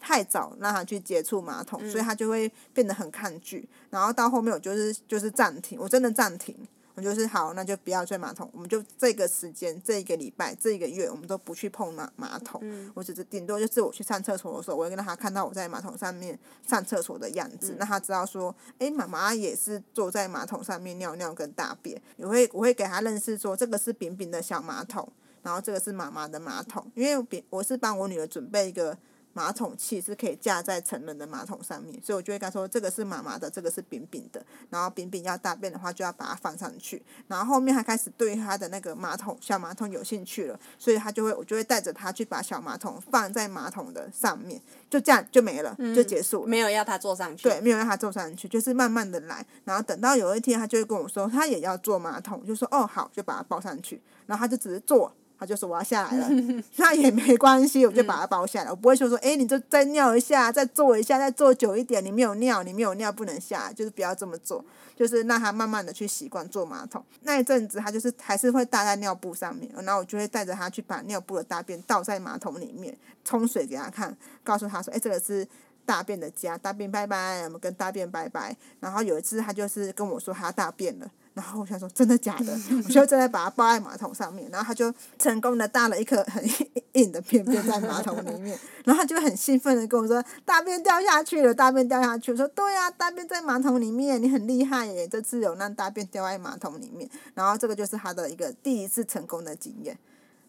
Speaker 1: 太早让他去接触马桶，
Speaker 2: 嗯
Speaker 1: 所以他就会变得很抗拒。然后到后面我就是就是暂停，我真的暂停，我就是好，那就不要追马桶，我们就这个时间、这一个礼拜、这一个月，我们都不去碰马马桶。
Speaker 2: 嗯
Speaker 1: 我只是顶多就是我去上厕所的时候，我会让他看到我在马桶上面上厕所的样子，让他知道说，诶，妈妈也是坐在马桶上面尿尿跟大便。也会我会给他认识说，这个是扁扁的小马桶，然后这个是妈妈的马桶，因为扁我是帮我女儿准备一个。马桶器是可以架在成人的马桶上面，所以我就会跟他说，这个是妈妈的，这个是饼饼的。然后饼饼要大便的话，就要把它放上去。然后后面他开始对他的那个马桶小马桶有兴趣了，所以他就会我就会带着他去把小马桶放在马桶的上面，就这样就没了，就结束了。
Speaker 2: 没有要他坐上去。
Speaker 1: 对，，没有让他坐上去，就是慢慢的来，然后等到有一天他就会跟我说，他也要坐马桶，我就说哦好，就把他抱上去，然后他就只是坐，他就说我要下来了，那也没关系，我就把他抱下来，我不会说说，哎，你就再尿一下，再坐一下，再坐久一点，你没有尿，你没有尿不能下来，就是不要这么做，就是让他慢慢的去习惯坐马桶。那一阵子他就是还是会搭在尿布上面，然后我就会带着他去把尿布的大便倒在马桶里面，冲水给他看，告诉他说，哎，这个是。大便的家，大便拜拜，我们跟大便拜拜。然后有一次他就是跟我说他大便了，然后我想说真的假
Speaker 2: (laughs)
Speaker 1: 的，我就真的把他抱在马桶上面，然后他就成功的大了一颗很硬的便便在马桶里面， (laughs) 然后他就很兴奋的跟我说大便掉下去了，大便掉下去。我说对呀、大便在马桶里面，你很厉害耶，这次有让大便掉在马桶里面。然后这个就是他的一个第一次成功的经验。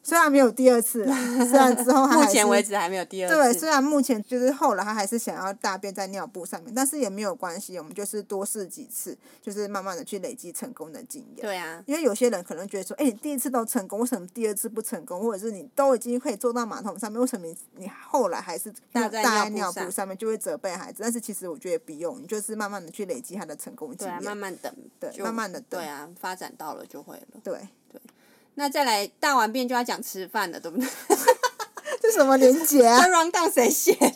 Speaker 1: 虽然没有第二次啦，虽然之后他
Speaker 2: 目
Speaker 1: 还
Speaker 2: 前
Speaker 1: 是
Speaker 2: 为止还没有第二
Speaker 1: 对，
Speaker 2: 次。
Speaker 1: 虽然目前就是后来他还是想要大便在尿布上面，但是也没有关系，我们就是多试几次，就是慢慢的去累积成功的经验。
Speaker 2: 对啊，
Speaker 1: 因为有些人可能觉得说，哎、你第一次都成功，为什么第二次不成功？或者是你都已经可以坐到马桶上面，为什么你你后来还是
Speaker 2: 搭在
Speaker 1: 在
Speaker 2: 尿
Speaker 1: 尿
Speaker 2: 布
Speaker 1: 布
Speaker 2: 上
Speaker 1: 上面，就会责备孩子？但是其实我觉得不用，你就是慢慢的去累积他的成功经
Speaker 2: 对啊，慢
Speaker 1: 验，
Speaker 2: 慢等，
Speaker 1: 对
Speaker 2: 就
Speaker 1: 慢慢地等
Speaker 2: 对啊，发展到了就会了。
Speaker 1: 对， (laughs)
Speaker 2: 那再来大完便就要讲吃饭了，对不
Speaker 1: 啊
Speaker 2: (laughs) 对？
Speaker 1: 这什么连结
Speaker 2: 这
Speaker 1: 啊？ (laughs)
Speaker 2: round down 谁写的？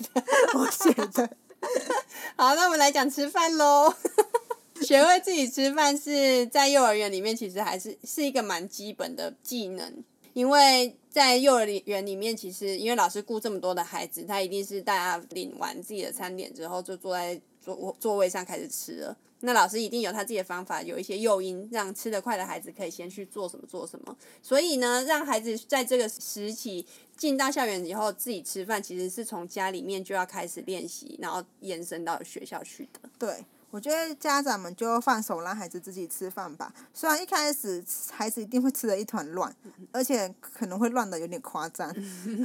Speaker 1: 我写的，
Speaker 2: (laughs) 好，那我们来讲吃饭喽。 (laughs) 学会自己吃饭是在幼儿园里面，其实还是是一个蛮基本的技能，因为在幼儿园里面，其实因为老师顾这么多的孩子，他一定是大家领完自己的餐点之后，就坐在座座位上开始吃了。那老师一定有他自己的方法，有一些诱因，让吃得快的孩子可以先去做什么做什么。所以呢，让孩子在这个时期进到校园以后自己吃饭，其实是从家里面就要开始练习，然后延伸到学校去的。
Speaker 1: 对。我觉得家长们就放手让孩子自己吃饭吧，虽然一开始孩子一定会吃的一团乱，而且可能会乱的有点夸张，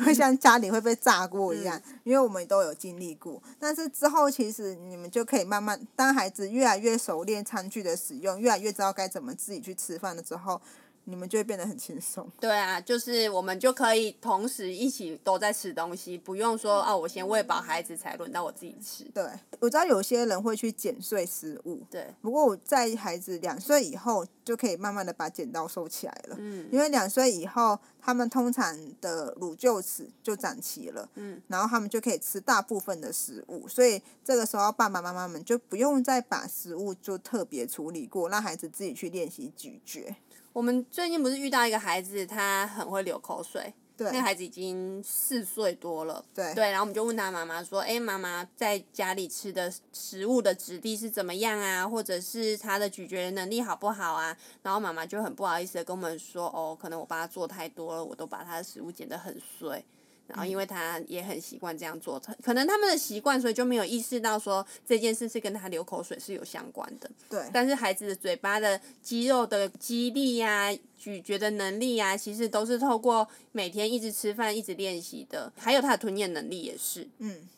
Speaker 1: 会像家里会被炸过一样，因为我们都有经历过。但是之后其实你们就可以慢慢，当孩子越来越熟练餐具的使用，越来越知道该怎么自己去吃饭了之后，你们就会变得很轻松。
Speaker 2: 对啊，就是我们就可以同时一起都在吃东西，不用说啊，我先喂饱孩子才轮到我自己吃。
Speaker 1: 对，我知道有些人会去剪碎食物，
Speaker 2: 对，
Speaker 1: 不过我在孩子两岁以后就可以慢慢的把剪刀收起来了，
Speaker 2: 嗯
Speaker 1: 因为两岁以后他们通常的乳臼齿就长齐了，
Speaker 2: 嗯，
Speaker 1: 然后他们就可以吃大部分的食物，所以这个时候爸爸妈妈们就不用再把食物就特别处理过，让孩子自己去练习咀嚼。
Speaker 2: 我们最近不是遇到一个孩子，他很会流口水，
Speaker 1: 对
Speaker 2: 那个孩子已经四岁多了。
Speaker 1: 对
Speaker 2: 对，然后我们就问他妈妈说：“哎，妈妈在家里吃的食物的质地是怎么样啊？或者是他的咀嚼能力好不好啊？”然后妈妈就很不好意思的跟我们说：“哦，可能我帮他做太多了，我都把他的食物剪得很碎。”然后
Speaker 1: 嗯
Speaker 2: 因为他也很习惯这样做，他可能他们的习惯，所以就没有意识到说这件事是跟他流口水是有相关的。
Speaker 1: 对
Speaker 2: 但是孩子的嘴巴的肌肉的肌力呀、咀嚼的能力呀、其实都是透过每天一直吃饭、一直练习的，还有他的吞咽能力也是。
Speaker 1: 嗯，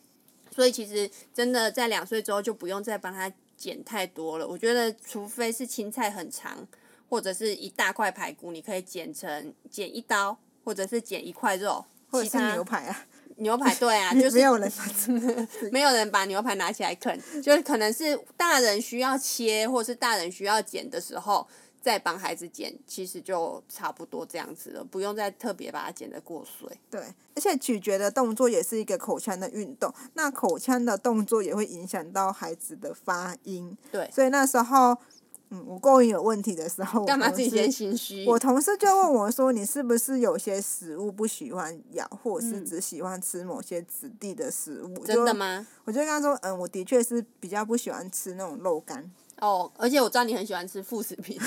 Speaker 2: 所以其实真的在两岁之后就不用再帮他剪太多了。我觉得，除非是青菜很长，或者是一大块排骨，你可以剪成剪一刀，或者是剪一块肉。
Speaker 1: 或者
Speaker 2: 其
Speaker 1: 是
Speaker 2: 他
Speaker 1: 牛排啊，
Speaker 2: 牛排
Speaker 1: (laughs)
Speaker 2: 对啊，就是
Speaker 1: 没有人敢吃。
Speaker 2: 没有人把牛排拿起来
Speaker 1: (laughs)
Speaker 2: 啃，就是可能是大人需要切，或是大人需要剪的时候，再帮孩子剪，其实就差不多这样子了，不用再特别把它剪得过碎。
Speaker 1: 对，而且咀嚼的动作也是一个口腔的运动，那口腔的动作也会影响到孩子的发音。
Speaker 2: 对
Speaker 1: 所以那时候，嗯，我过敏有问题的时候，我
Speaker 2: 干嘛
Speaker 1: 同
Speaker 2: 自己
Speaker 1: 事
Speaker 2: 先心虚？
Speaker 1: 我同事就问我说：“你是不是有些食物不喜欢咬，或者是
Speaker 2: 嗯
Speaker 1: 只喜欢吃某些质地的食物？”我
Speaker 2: 真的
Speaker 1: 就？
Speaker 2: 吗？
Speaker 1: 我就跟他说：“嗯，我的确是比较不喜欢吃那种肉干。
Speaker 2: 哦，而且我知道你很喜欢吃副食
Speaker 1: (laughs)
Speaker 2: 品，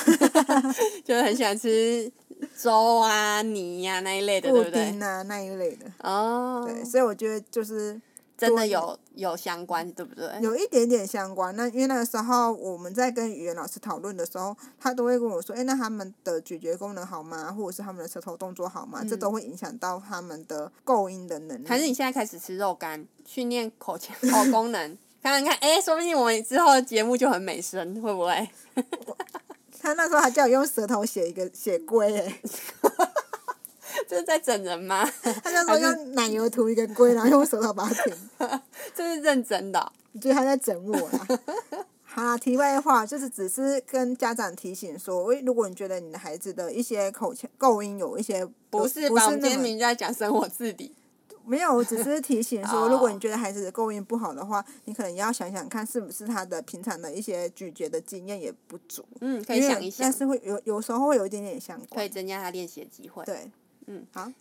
Speaker 2: 就是很喜欢吃粥啊、泥呀、那一类”的，
Speaker 1: 布
Speaker 2: 对不对？
Speaker 1: 丁啊那一类的，
Speaker 2: 哦，
Speaker 1: 对，所以我觉得就是
Speaker 2: 真
Speaker 1: 多
Speaker 2: 的有有相关，对不对？
Speaker 1: 有一点点相关。那因为那个时候我们在跟语言老师讨论的时候，他都会跟我说：“哎，那他们的咀嚼功能好吗？或者是他们的舌头动作好吗？这
Speaker 2: 嗯
Speaker 1: 都会影响到他们的构音的能力。”
Speaker 2: 还是你现在开始吃肉干，训练口腔 (laughs) 口功能，看看看，哎、说不定我们之后的节目就很美声，会不会？ (laughs)
Speaker 1: 他那时候还叫我用舌头写一个写龟、欸，
Speaker 2: 这是在整人吗？ (laughs)
Speaker 1: 他那时候用奶油涂一个龟，然后用手套把它舔。
Speaker 2: 这是认真的哦、
Speaker 1: 我觉得他在整我啦。 (laughs) 好啦，题外话就是，只是跟家长提醒说，喂，如果你觉得你的孩子的一些口腔构音有一些
Speaker 2: 不是
Speaker 1: 不
Speaker 2: 吧？我
Speaker 1: 是
Speaker 2: 们今
Speaker 1: 那
Speaker 2: 天明
Speaker 1: 么
Speaker 2: 明就在讲生活自理，
Speaker 1: 没有，我只是提醒
Speaker 2: 哦
Speaker 1: 说，如果你觉得孩子的构音不好的话，你可能也要想想看，是不是他的平常的一些咀嚼的经验也不足，
Speaker 2: 嗯，可以
Speaker 1: 因
Speaker 2: 想
Speaker 1: 为
Speaker 2: 一想
Speaker 1: 但，是会有有时候会有一点点相
Speaker 2: 可以
Speaker 1: 关。
Speaker 2: 增加他练习的机会。
Speaker 1: 对，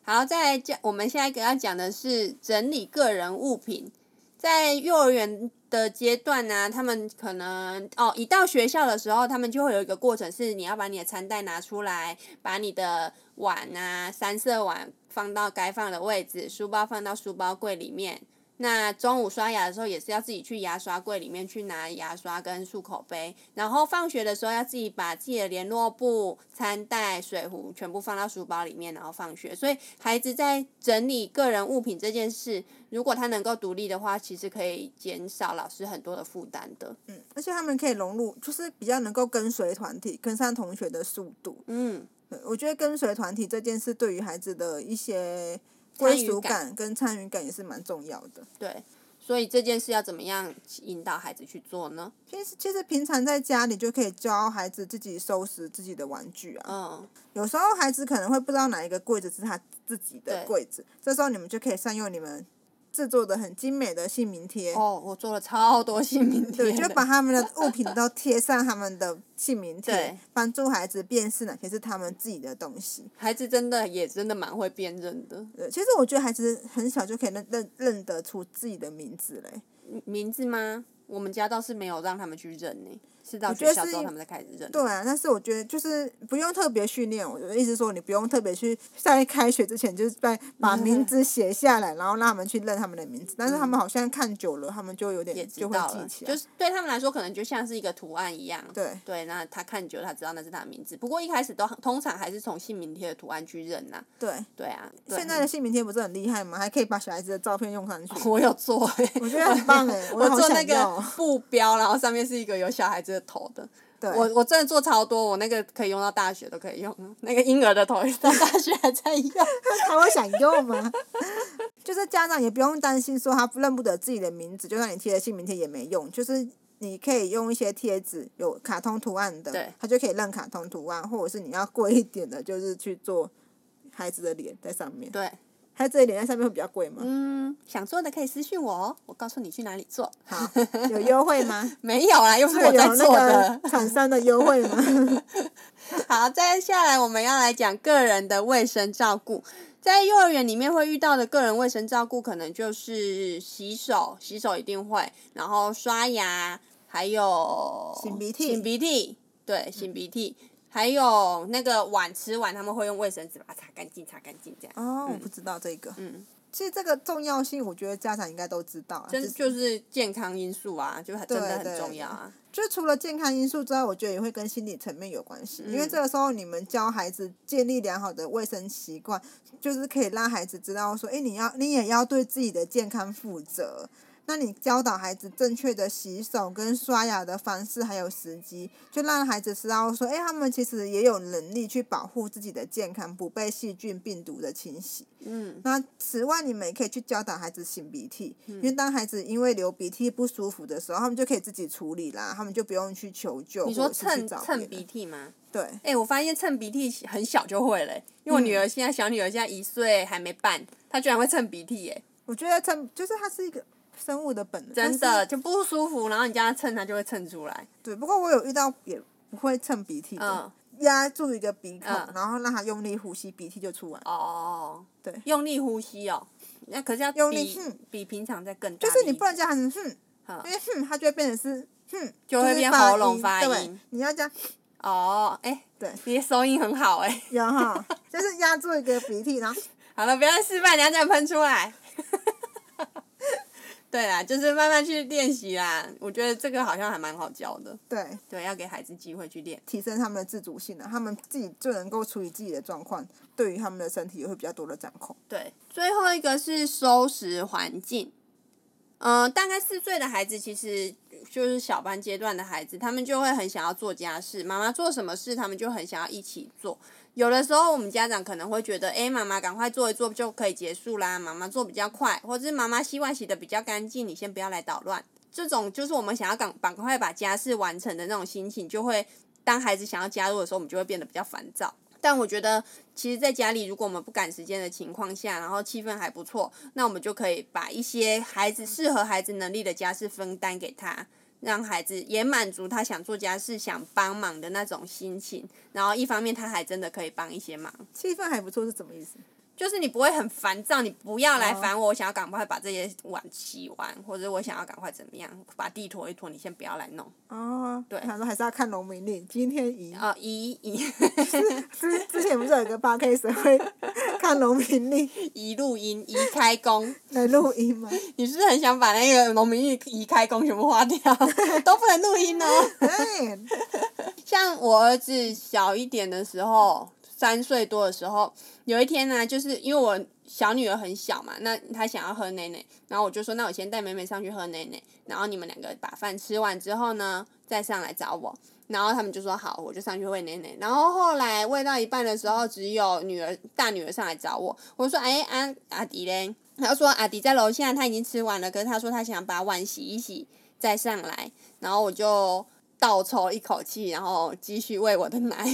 Speaker 2: 好，再来讲，我们下一个要讲的是整理个人物品。在幼儿园的阶段呢、他们可能哦，一到学校的时候，他们就会有一个过程，是你要把你的餐袋拿出来，把你的碗啊、三色碗放到该放的位置，书包放到书包柜里面，那中午刷牙的时候也是要自己去牙刷柜里面去拿牙刷跟漱口杯，然后放学的时候要自己把自己的联络簿、餐袋、水壶全部放到书包里面，然后放学。所以孩子在整理个人物品这件事，如果他能够独立的话，其实可以减少老师很多的负担的。
Speaker 1: 嗯，而且他们可以融入，就是比较能够跟随团体，跟上同学的速度。
Speaker 2: 嗯，
Speaker 1: 对我觉得跟随团体这件事对于孩子的一些
Speaker 2: 参
Speaker 1: 归
Speaker 2: 与
Speaker 1: 属
Speaker 2: 感
Speaker 1: 感跟参与感也是蛮重要的。
Speaker 2: 对。所以这件事要怎么样引导孩子去做呢？
Speaker 1: 其实，其实平常在家里就可以教孩子自己收拾自己的玩具啊。
Speaker 2: 嗯，
Speaker 1: 有时候孩子可能会不知道哪一个柜子是他自己的
Speaker 2: 对
Speaker 1: 柜子，这时候你们就可以善用你们制作的很精美的姓名贴，
Speaker 2: 哦，我做了超多姓名贴
Speaker 1: 对，
Speaker 2: 的，
Speaker 1: 就把他们的物品都贴上他们的姓名贴
Speaker 2: 对，
Speaker 1: 帮助孩子辨识哪些是他们自己的东西。
Speaker 2: 孩子真的也真的蛮会辨认的。
Speaker 1: 对，其实我觉得孩子很小就可以认认认得出自己的名字嘞。
Speaker 2: 名字吗？我们家倒是没有让他们去认呢、是到
Speaker 1: 我觉
Speaker 2: 学
Speaker 1: 得
Speaker 2: 校之
Speaker 1: 是
Speaker 2: 后
Speaker 1: 因
Speaker 2: 他们才开始认。
Speaker 1: 对啊，但是我觉得就是不用特别训练，我的意思说你不用特别去在开学之前就是
Speaker 2: 嗯
Speaker 1: 在把名字写下来，然后让他们去认他们的名字。但是他们好像看久了，他们就有
Speaker 2: 嗯也
Speaker 1: 点
Speaker 2: 知
Speaker 1: 就会
Speaker 2: 道了，
Speaker 1: 记起来。
Speaker 2: 就是对他们来说，可能就像是一个图案一样。
Speaker 1: 对
Speaker 2: 对，那他看久了，他知道那是他的名字。不过一开始都通常还是从姓名贴的图案去认呐、
Speaker 1: 对，
Speaker 2: 对啊，对
Speaker 1: 现在的姓名贴不是很厉害吗？还可以把小孩子的照片用上去。
Speaker 2: (laughs) 我有做、欸，
Speaker 1: 我觉得很棒
Speaker 2: (laughs)
Speaker 1: 哎、
Speaker 2: 我
Speaker 1: 好
Speaker 2: 做那
Speaker 1: 想要哦。
Speaker 2: 个布标，然后上面是一个有小孩子的头的。
Speaker 1: (laughs) 对，
Speaker 2: 我我真的做超多，我那个可以用到大学都可以用，那个婴儿的头也是到大学还在用。 (laughs)
Speaker 1: 他会想用吗？ (laughs) 就是家长也不用担心说他认不得自己的名字，就算你贴了姓名贴也没用，就是。你可以用一些贴纸，有卡通图案的
Speaker 2: 对，
Speaker 1: 他就可以认卡通图案，或者是你要贵一点的，就是去做孩子的脸在上面。
Speaker 2: 对，
Speaker 1: 孩子的脸在上面会比较贵吗？
Speaker 2: 嗯，想做的可以私信我哦，我告诉你去哪里做。
Speaker 1: 好，有优惠吗？
Speaker 2: 没有啦，又不
Speaker 1: 这
Speaker 2: (laughs) 是
Speaker 1: 个
Speaker 2: 我在
Speaker 1: 有
Speaker 2: 做
Speaker 1: 那
Speaker 2: 的。 (laughs)
Speaker 1: 个 (laughs) 厂商的优惠吗？
Speaker 2: 好，再下来我们要来讲个人的卫生照顾。在幼儿园里面会遇到的个人卫生照顾，可能就是洗手，洗手一定会，然后刷牙，还有
Speaker 1: 擤鼻涕嗯
Speaker 2: 擤鼻涕，对，擤鼻涕，还有那个碗吃完他们会用卫生纸把它擦干净，擦干净这样。
Speaker 1: 哦，我不知道这个。
Speaker 2: 嗯，
Speaker 1: 其实这个重要性，我觉得家长应该都知道啊。
Speaker 2: 真
Speaker 1: 只是
Speaker 2: 就是健康因素啊，就很真的
Speaker 1: 对
Speaker 2: 很
Speaker 1: 对
Speaker 2: 重要啊。
Speaker 1: 就除了健康因素之外，我觉得也会跟心理层面有关系，因为这个时候你们教孩子建立良好的卫生习惯，就是可以让孩子知道说，诶，你要你也要对自己的健康负责。那你教导孩子正确的洗手跟刷牙的方式，还有时机，就让孩子知道说，诶，他们其实也有能力去保护自己的健康，不被细菌、病毒的侵袭。
Speaker 2: 嗯，
Speaker 1: 那此外，你们也可以去教导孩子擤鼻涕，因为当孩子因为流鼻涕不舒服的时候，他们就可以自己处理啦，他们就不用去求救
Speaker 2: 你
Speaker 1: 或
Speaker 2: 说
Speaker 1: 者是去
Speaker 2: 蹭
Speaker 1: 找
Speaker 2: 蹭
Speaker 1: 别
Speaker 2: 鼻
Speaker 1: 人。
Speaker 2: 涕吗？
Speaker 1: 对，
Speaker 2: 哎、我发现蹭鼻涕很小就会了欸、因为我
Speaker 1: 嗯
Speaker 2: 女儿现在小女儿现在一岁还没半，她居然会蹭鼻涕耶、
Speaker 1: 我觉得蹭就是它是一个生物的本能，
Speaker 2: 真
Speaker 1: 但
Speaker 2: 的
Speaker 1: 是
Speaker 2: 就不舒服，然后你叫她蹭，她就会蹭出来。
Speaker 1: 对。不过我有遇到也不会蹭鼻涕的
Speaker 2: 嗯，
Speaker 1: 压、住一个鼻孔，
Speaker 2: 嗯
Speaker 1: 然后让他用力呼吸，鼻涕就出来。
Speaker 2: 哦，
Speaker 1: 对
Speaker 2: 用力呼吸哦，那可是要
Speaker 1: 用力
Speaker 2: 比
Speaker 1: 哼
Speaker 2: 比平常再更大
Speaker 1: 就
Speaker 2: 力，
Speaker 1: 是你不能叫孩子哼，
Speaker 2: 嗯
Speaker 1: 因为哼，他就会变成是哼，
Speaker 2: 就会
Speaker 1: 是
Speaker 2: 变
Speaker 1: 发
Speaker 2: 喉咙
Speaker 1: 音
Speaker 2: 发音
Speaker 1: 对，你要这样。
Speaker 2: 哦，哎、
Speaker 1: 对
Speaker 2: 你的收音很好哎、
Speaker 1: 有哈，
Speaker 2: (laughs)
Speaker 1: 就是压住一个鼻涕，然后
Speaker 2: 好了，不要再示范，等一下这样喷出来。 (laughs) 对啦，就是慢慢去练习啦。我觉得这个好像还蛮好教的，
Speaker 1: 对，
Speaker 2: 对，要给孩子机会去练。
Speaker 1: 提升他们的自主性啊，他们自己就能够处理自己的状况，对于他们的身体也会比较多的掌控。
Speaker 2: 对，最后一个是收拾环境。嗯、大概四岁的孩子，其实就是小班阶段的孩子，他们就会很想要做家事，妈妈做什么事，他们就很想要一起做。有的时候，我们家长可能会觉得，诶，妈妈赶快做一做就可以结束啦，妈妈做比较快，或者是妈妈洗碗洗的比较干净，你先不要来捣乱。这种就是我们想要赶赶快把家事完成的那种心情，就会当孩子想要加入的时候，我们就会变得比较烦躁。但我觉得，其实在家里，如果我们不赶时间的情况下，然后气氛还不错，那我们就可以把一些孩子适合孩子能力的家事分担给他，让孩子也满足他想做家事、想帮忙的那种心情。然后一方面他还真的可以帮一些忙，
Speaker 1: 气氛还不错是什么意思？
Speaker 2: 就是你不会很烦躁，你不要来烦我，我想要赶快把这些碗洗完，或者我想要赶快怎么样，把地拖一拖，你先不要来弄。
Speaker 1: 哦，
Speaker 2: 对
Speaker 1: 想说还是要看农民历，今天
Speaker 2: (laughs)
Speaker 1: 宜。
Speaker 2: 哦，一一
Speaker 1: 之之前不是有一个 p o d c a 会 (laughs) 看农民历
Speaker 2: 一录音一开工，
Speaker 1: 来录音吗？
Speaker 2: 你是不是很想把那个农民历一开工全部花掉， (laughs) 都不能录音哦？
Speaker 1: (laughs) 对，
Speaker 2: 像我儿子小一点的时候，三岁多的时候，有一天呢、就是因为我小女儿很小嘛，那她想要喝奶奶，然后我就说，那我先带美美上去喝奶奶，然后你们两个把饭吃完之后呢，再上来找我。然后他们就说好，我就上去喂奶奶。然后后来喂到一半的时候，只有女儿大女儿上来找我，我说哎阿阿迪嘞，她就说阿迪在楼下，她已经吃完了，可是她说她想把碗洗一洗再上来。然后我就倒抽一口气，然后继续喂我的奶。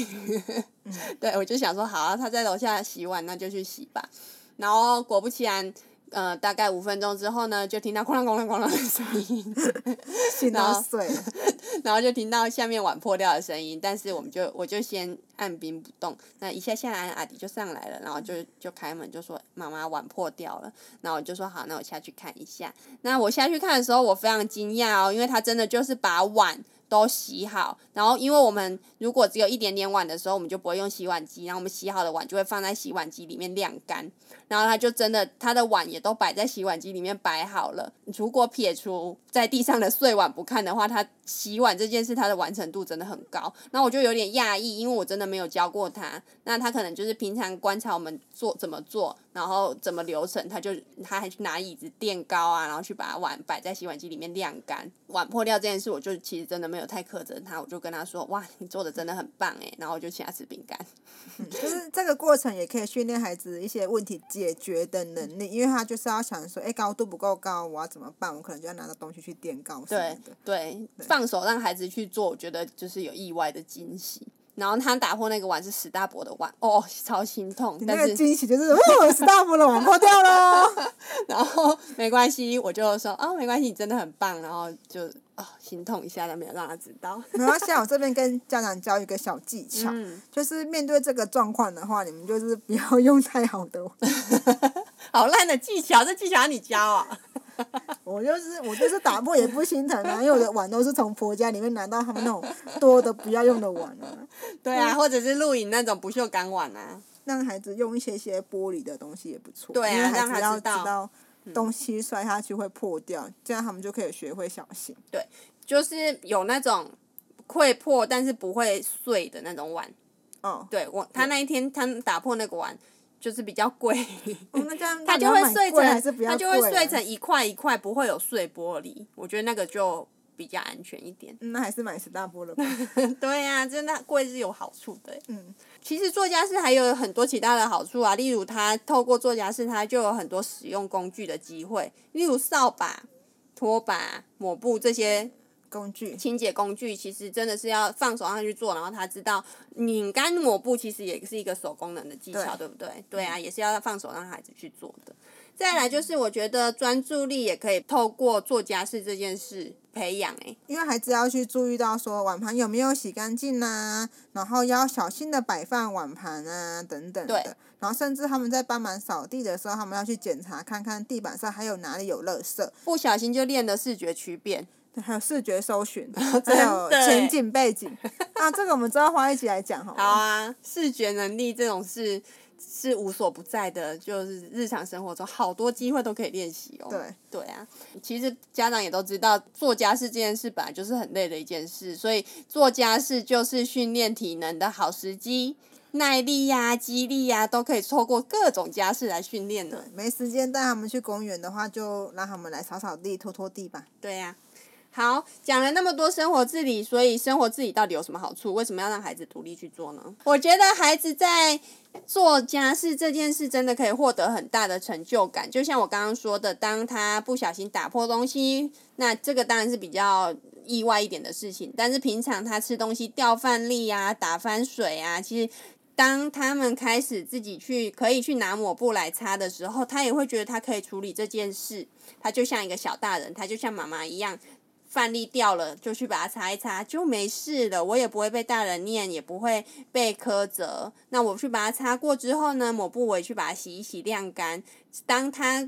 Speaker 2: (laughs) 对，我就想说，好啊，他在楼下洗碗，那就去洗吧。然后果不其然，呃，大概五分钟之后呢，就听到哐啷哐啷哐啷的声音，
Speaker 1: 洗
Speaker 2: 然
Speaker 1: 到
Speaker 2: 后
Speaker 1: 碎了。
Speaker 2: 然后就听到下面碗破掉的声音。但是我们就我就先按兵不动，那一下下来，阿迪就上来了，然后就就开门就说：“妈妈，碗破掉了。”然后我就说：“好，那我下去看一下。”那我下去看的时候，我非常惊讶哦，因为他真的就是把碗都洗好，然后因为我们如果只有一点点碗的时候，我们就不会用洗碗机，然后我们洗好的碗就会放在洗碗机里面晾干，然后他就真的他的碗也都摆在洗碗机里面摆好了。如果撇除在地上的碎碗不看的话，他洗碗这件事他的完成度真的很高，那我就有点讶异，因为我真的没有教过他，那他可能就是平常观察我们做怎么做，然后怎么流程，他就他还去拿椅子垫高啊，然后去把碗摆在洗碗机里面晾干。碗破掉这件事，我就其实真的没有太苛责他，我就跟他说：“哇，你做的真的很棒诶，然后我就请他吃饼干。
Speaker 1: 就是这个过程也可以训练孩子一些问题解决的能力，因为他就是要想说，哎，高度不够高，我要怎么办？我可能就要拿到东西去垫高什么
Speaker 2: 对
Speaker 1: 的。
Speaker 2: 对，放手让孩子去做，我觉得就是有意外的惊喜。然后他打破那个碗是史大伯的碗，哦，超心痛。
Speaker 1: 你
Speaker 2: 但
Speaker 1: 那
Speaker 2: 是
Speaker 1: 个惊喜 (laughs) 就是，哇，史大夫的碗破掉了，
Speaker 2: 然后没关系，我就说哦，没关系，你真的很棒，然后就哦心痛一下，但没有让他知道。 (laughs)
Speaker 1: 没关系啊，我这边跟家长教一个小技巧，就是面对这个状况的话，你们就是不要用太好的， (laughs)
Speaker 2: 好烂的技巧，这技巧要你教啊！
Speaker 1: 我就是我就是打破也不心疼啊，因为我的碗都是从婆家里面拿到他们那种多的不要用的碗啊，
Speaker 2: (laughs) 对啊，或者是录影那种不锈钢碗啊。
Speaker 1: 让孩子用一些些玻璃的东西也不错，
Speaker 2: 对啊
Speaker 1: 因为孩
Speaker 2: 让他
Speaker 1: 子要
Speaker 2: 知道嗯
Speaker 1: 东西摔下去会破掉，这样他们就可以学会小心。
Speaker 2: 就是有那种会破但是不会碎的那种碗。
Speaker 1: 哦，
Speaker 2: 对我，他那一天他打破那个碗，就是比较贵，
Speaker 1: 哦那这样到
Speaker 2: 它
Speaker 1: 底
Speaker 2: 就
Speaker 1: 要
Speaker 2: 会
Speaker 1: 买
Speaker 2: 碎
Speaker 1: 贵还是
Speaker 2: 成
Speaker 1: 不要
Speaker 2: 它就会
Speaker 1: 贵啊。
Speaker 2: 碎成一块一块，不会有碎玻璃。我觉得那个就比较安全一点
Speaker 1: 嗯那还是买十大波
Speaker 2: (laughs)
Speaker 1: 了吧。
Speaker 2: 对啊，真的贵是有好处的欸。
Speaker 1: 嗯，
Speaker 2: 其实做家事还有很多其他的好处啊，例如它透过做家事，它就有很多使用工具的机会，例如扫把、拖把、抹布这些
Speaker 1: 工具
Speaker 2: 清洁工具，其实真的是要放手让他去做，然后他知道拧干抹布其实也是一个手功能的技巧，对
Speaker 1: 对
Speaker 2: 不对？对啊，也是要放手让孩子去做的。再来就是我觉得专注力也可以透过做家事这件事培养、欸，
Speaker 1: 因为孩子要去注意到说碗盘有没有洗干净呐、然后要小心的摆放碗盘啊等等
Speaker 2: 对
Speaker 1: 的，然后甚至他们在帮忙扫地的时候，他们要去检查看看地板上还有哪里有垃圾，
Speaker 2: 不小心就练了视觉区辨。
Speaker 1: 对还有视觉搜
Speaker 2: (laughs)
Speaker 1: 寻，还有
Speaker 2: 真的欸
Speaker 1: 前景背
Speaker 2: (laughs)
Speaker 1: 景啊，这个我们之后花一集来讲好
Speaker 2: 好
Speaker 1: 吗？
Speaker 2: 啊，视觉能力这种事是无所不在的，就是日常生活中好多机会都可以练习哦。
Speaker 1: 对，
Speaker 2: 对啊，其实家长也都知道，做家事这件事本来就是很累的一件事，所以做家事就是训练体能的好时机。耐力呀、肌力呀、都可以透过各种家事来训练呢。
Speaker 1: 没时间带他们去公园的话，就让他们来扫扫地、拖拖地吧。
Speaker 2: 对呀、好，讲了那么多生活自理，所以生活自理到底有什么好处？为什么要让孩子独立去做呢？我觉得孩子在做家事这件事真的可以获得很大的成就感，就像我刚刚说的，当他不小心打破东西，那这个当然是比较意外一点的事情。但是平常他吃东西掉饭粒啊、打翻水啊，其实当他们开始自己去可以去拿抹布来擦的时候，他也会觉得他可以处理这件事，他就像一个小大人，他就像妈妈一样。饭粒掉了就去把它擦一擦，就没事了。我也不会被大人念，也不会被苛责。那我去把它擦过之后呢，抹布我也去把它洗一洗晾干。当它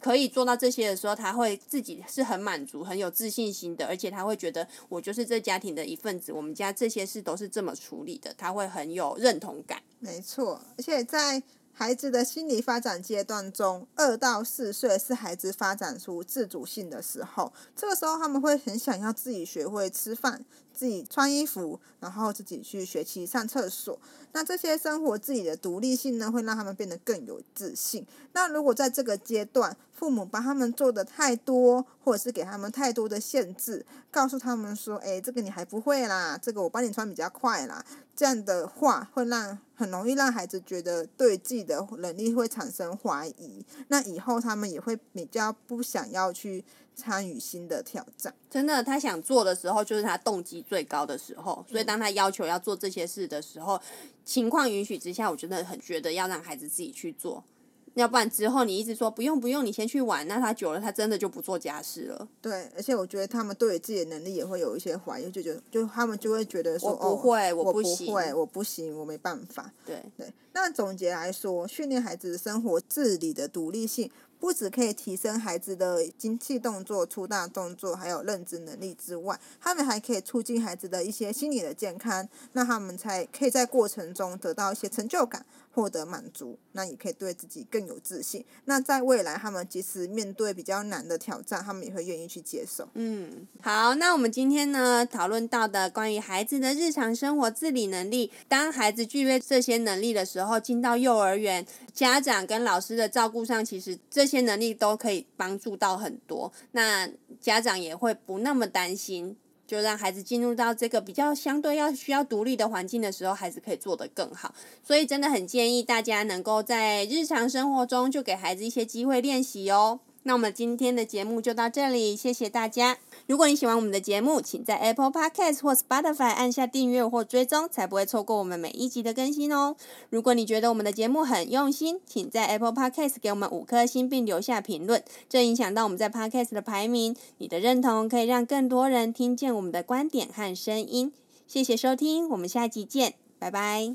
Speaker 2: 可以做到这些的时候，他会自己是很满足、很有自信心的，而且他会觉得我就是这家庭的一份子，我们家这些事都是这么处理的，他会很有认同感。
Speaker 1: 没错，而且在孩子的心理发展阶段中，二到四岁是孩子发展出自主性的时候。这个时候，他们会很想要自己学会吃饭、自己穿衣服，然后自己去学习上厕所。那这些生活自己的独立性呢，会让他们变得更有自信。那如果在这个阶段，父母帮他们做的太多，或者是给他们太多的限制，告诉他们说：“诶，这个你还不会啦，这个我帮你穿比较快啦。”这样的话会让很容易让孩子觉得对自己的能力会产生怀疑，那以后他们也会比较不想要去参与新的挑战。
Speaker 2: 真的，他想做的时候就是他动机最高的时候，所以当他要求要做这些事的时候，情况允许之下，我真的很觉得要让孩子自己去做，要不然之后你一直说不用不用，你先去玩，那他久了他真的就不做家事了。
Speaker 1: 对，而且我觉得他们对于自己的能力也会有一些怀疑，就觉得就他们就会觉得说：“
Speaker 2: 我不会
Speaker 1: 哦，
Speaker 2: 我
Speaker 1: 我不
Speaker 2: 不行
Speaker 1: 会，我不行，我没办法。”
Speaker 2: 对，
Speaker 1: 对，那总结来说，训练孩子的生活自理的独立性，不只可以提升孩子的精细动作、粗大动作，还有认知能力之外，他们还可以促进孩子的一些心理的健康，那他们才可以在过程中得到一些成就感，获得满足，那也可以对自己更有自信。那在未来，他们即使面对比较难的挑战，他们也会愿意去接受。
Speaker 2: 嗯，好，那我们今天呢讨论到的关于孩子的日常生活自理能力，当孩子具备这些能力的时候，进到幼儿园，家长跟老师的照顾上，其实这些能力都可以帮助到很多。那家长也会不那么担心，就让孩子进入到这个比较相对要需要独立的环境的时候，孩子可以做得更好。所以真的很建议大家能够在日常生活中就给孩子一些机会练习哦。那我们今天的节目就到这里，谢谢大家。如果你喜欢我们的节目，请在 Apple Podcast 或 Spotify 按下订阅或追踪，才不会错过我们每一集的更新哦。如果你觉得我们的节目很用心，请在 Apple Podcast 给我们五颗星并留下评论，这影响到我们在 Podcast 的排名。你的认同可以让更多人听见我们的观点和声音。谢谢收听，我们下集见，拜拜。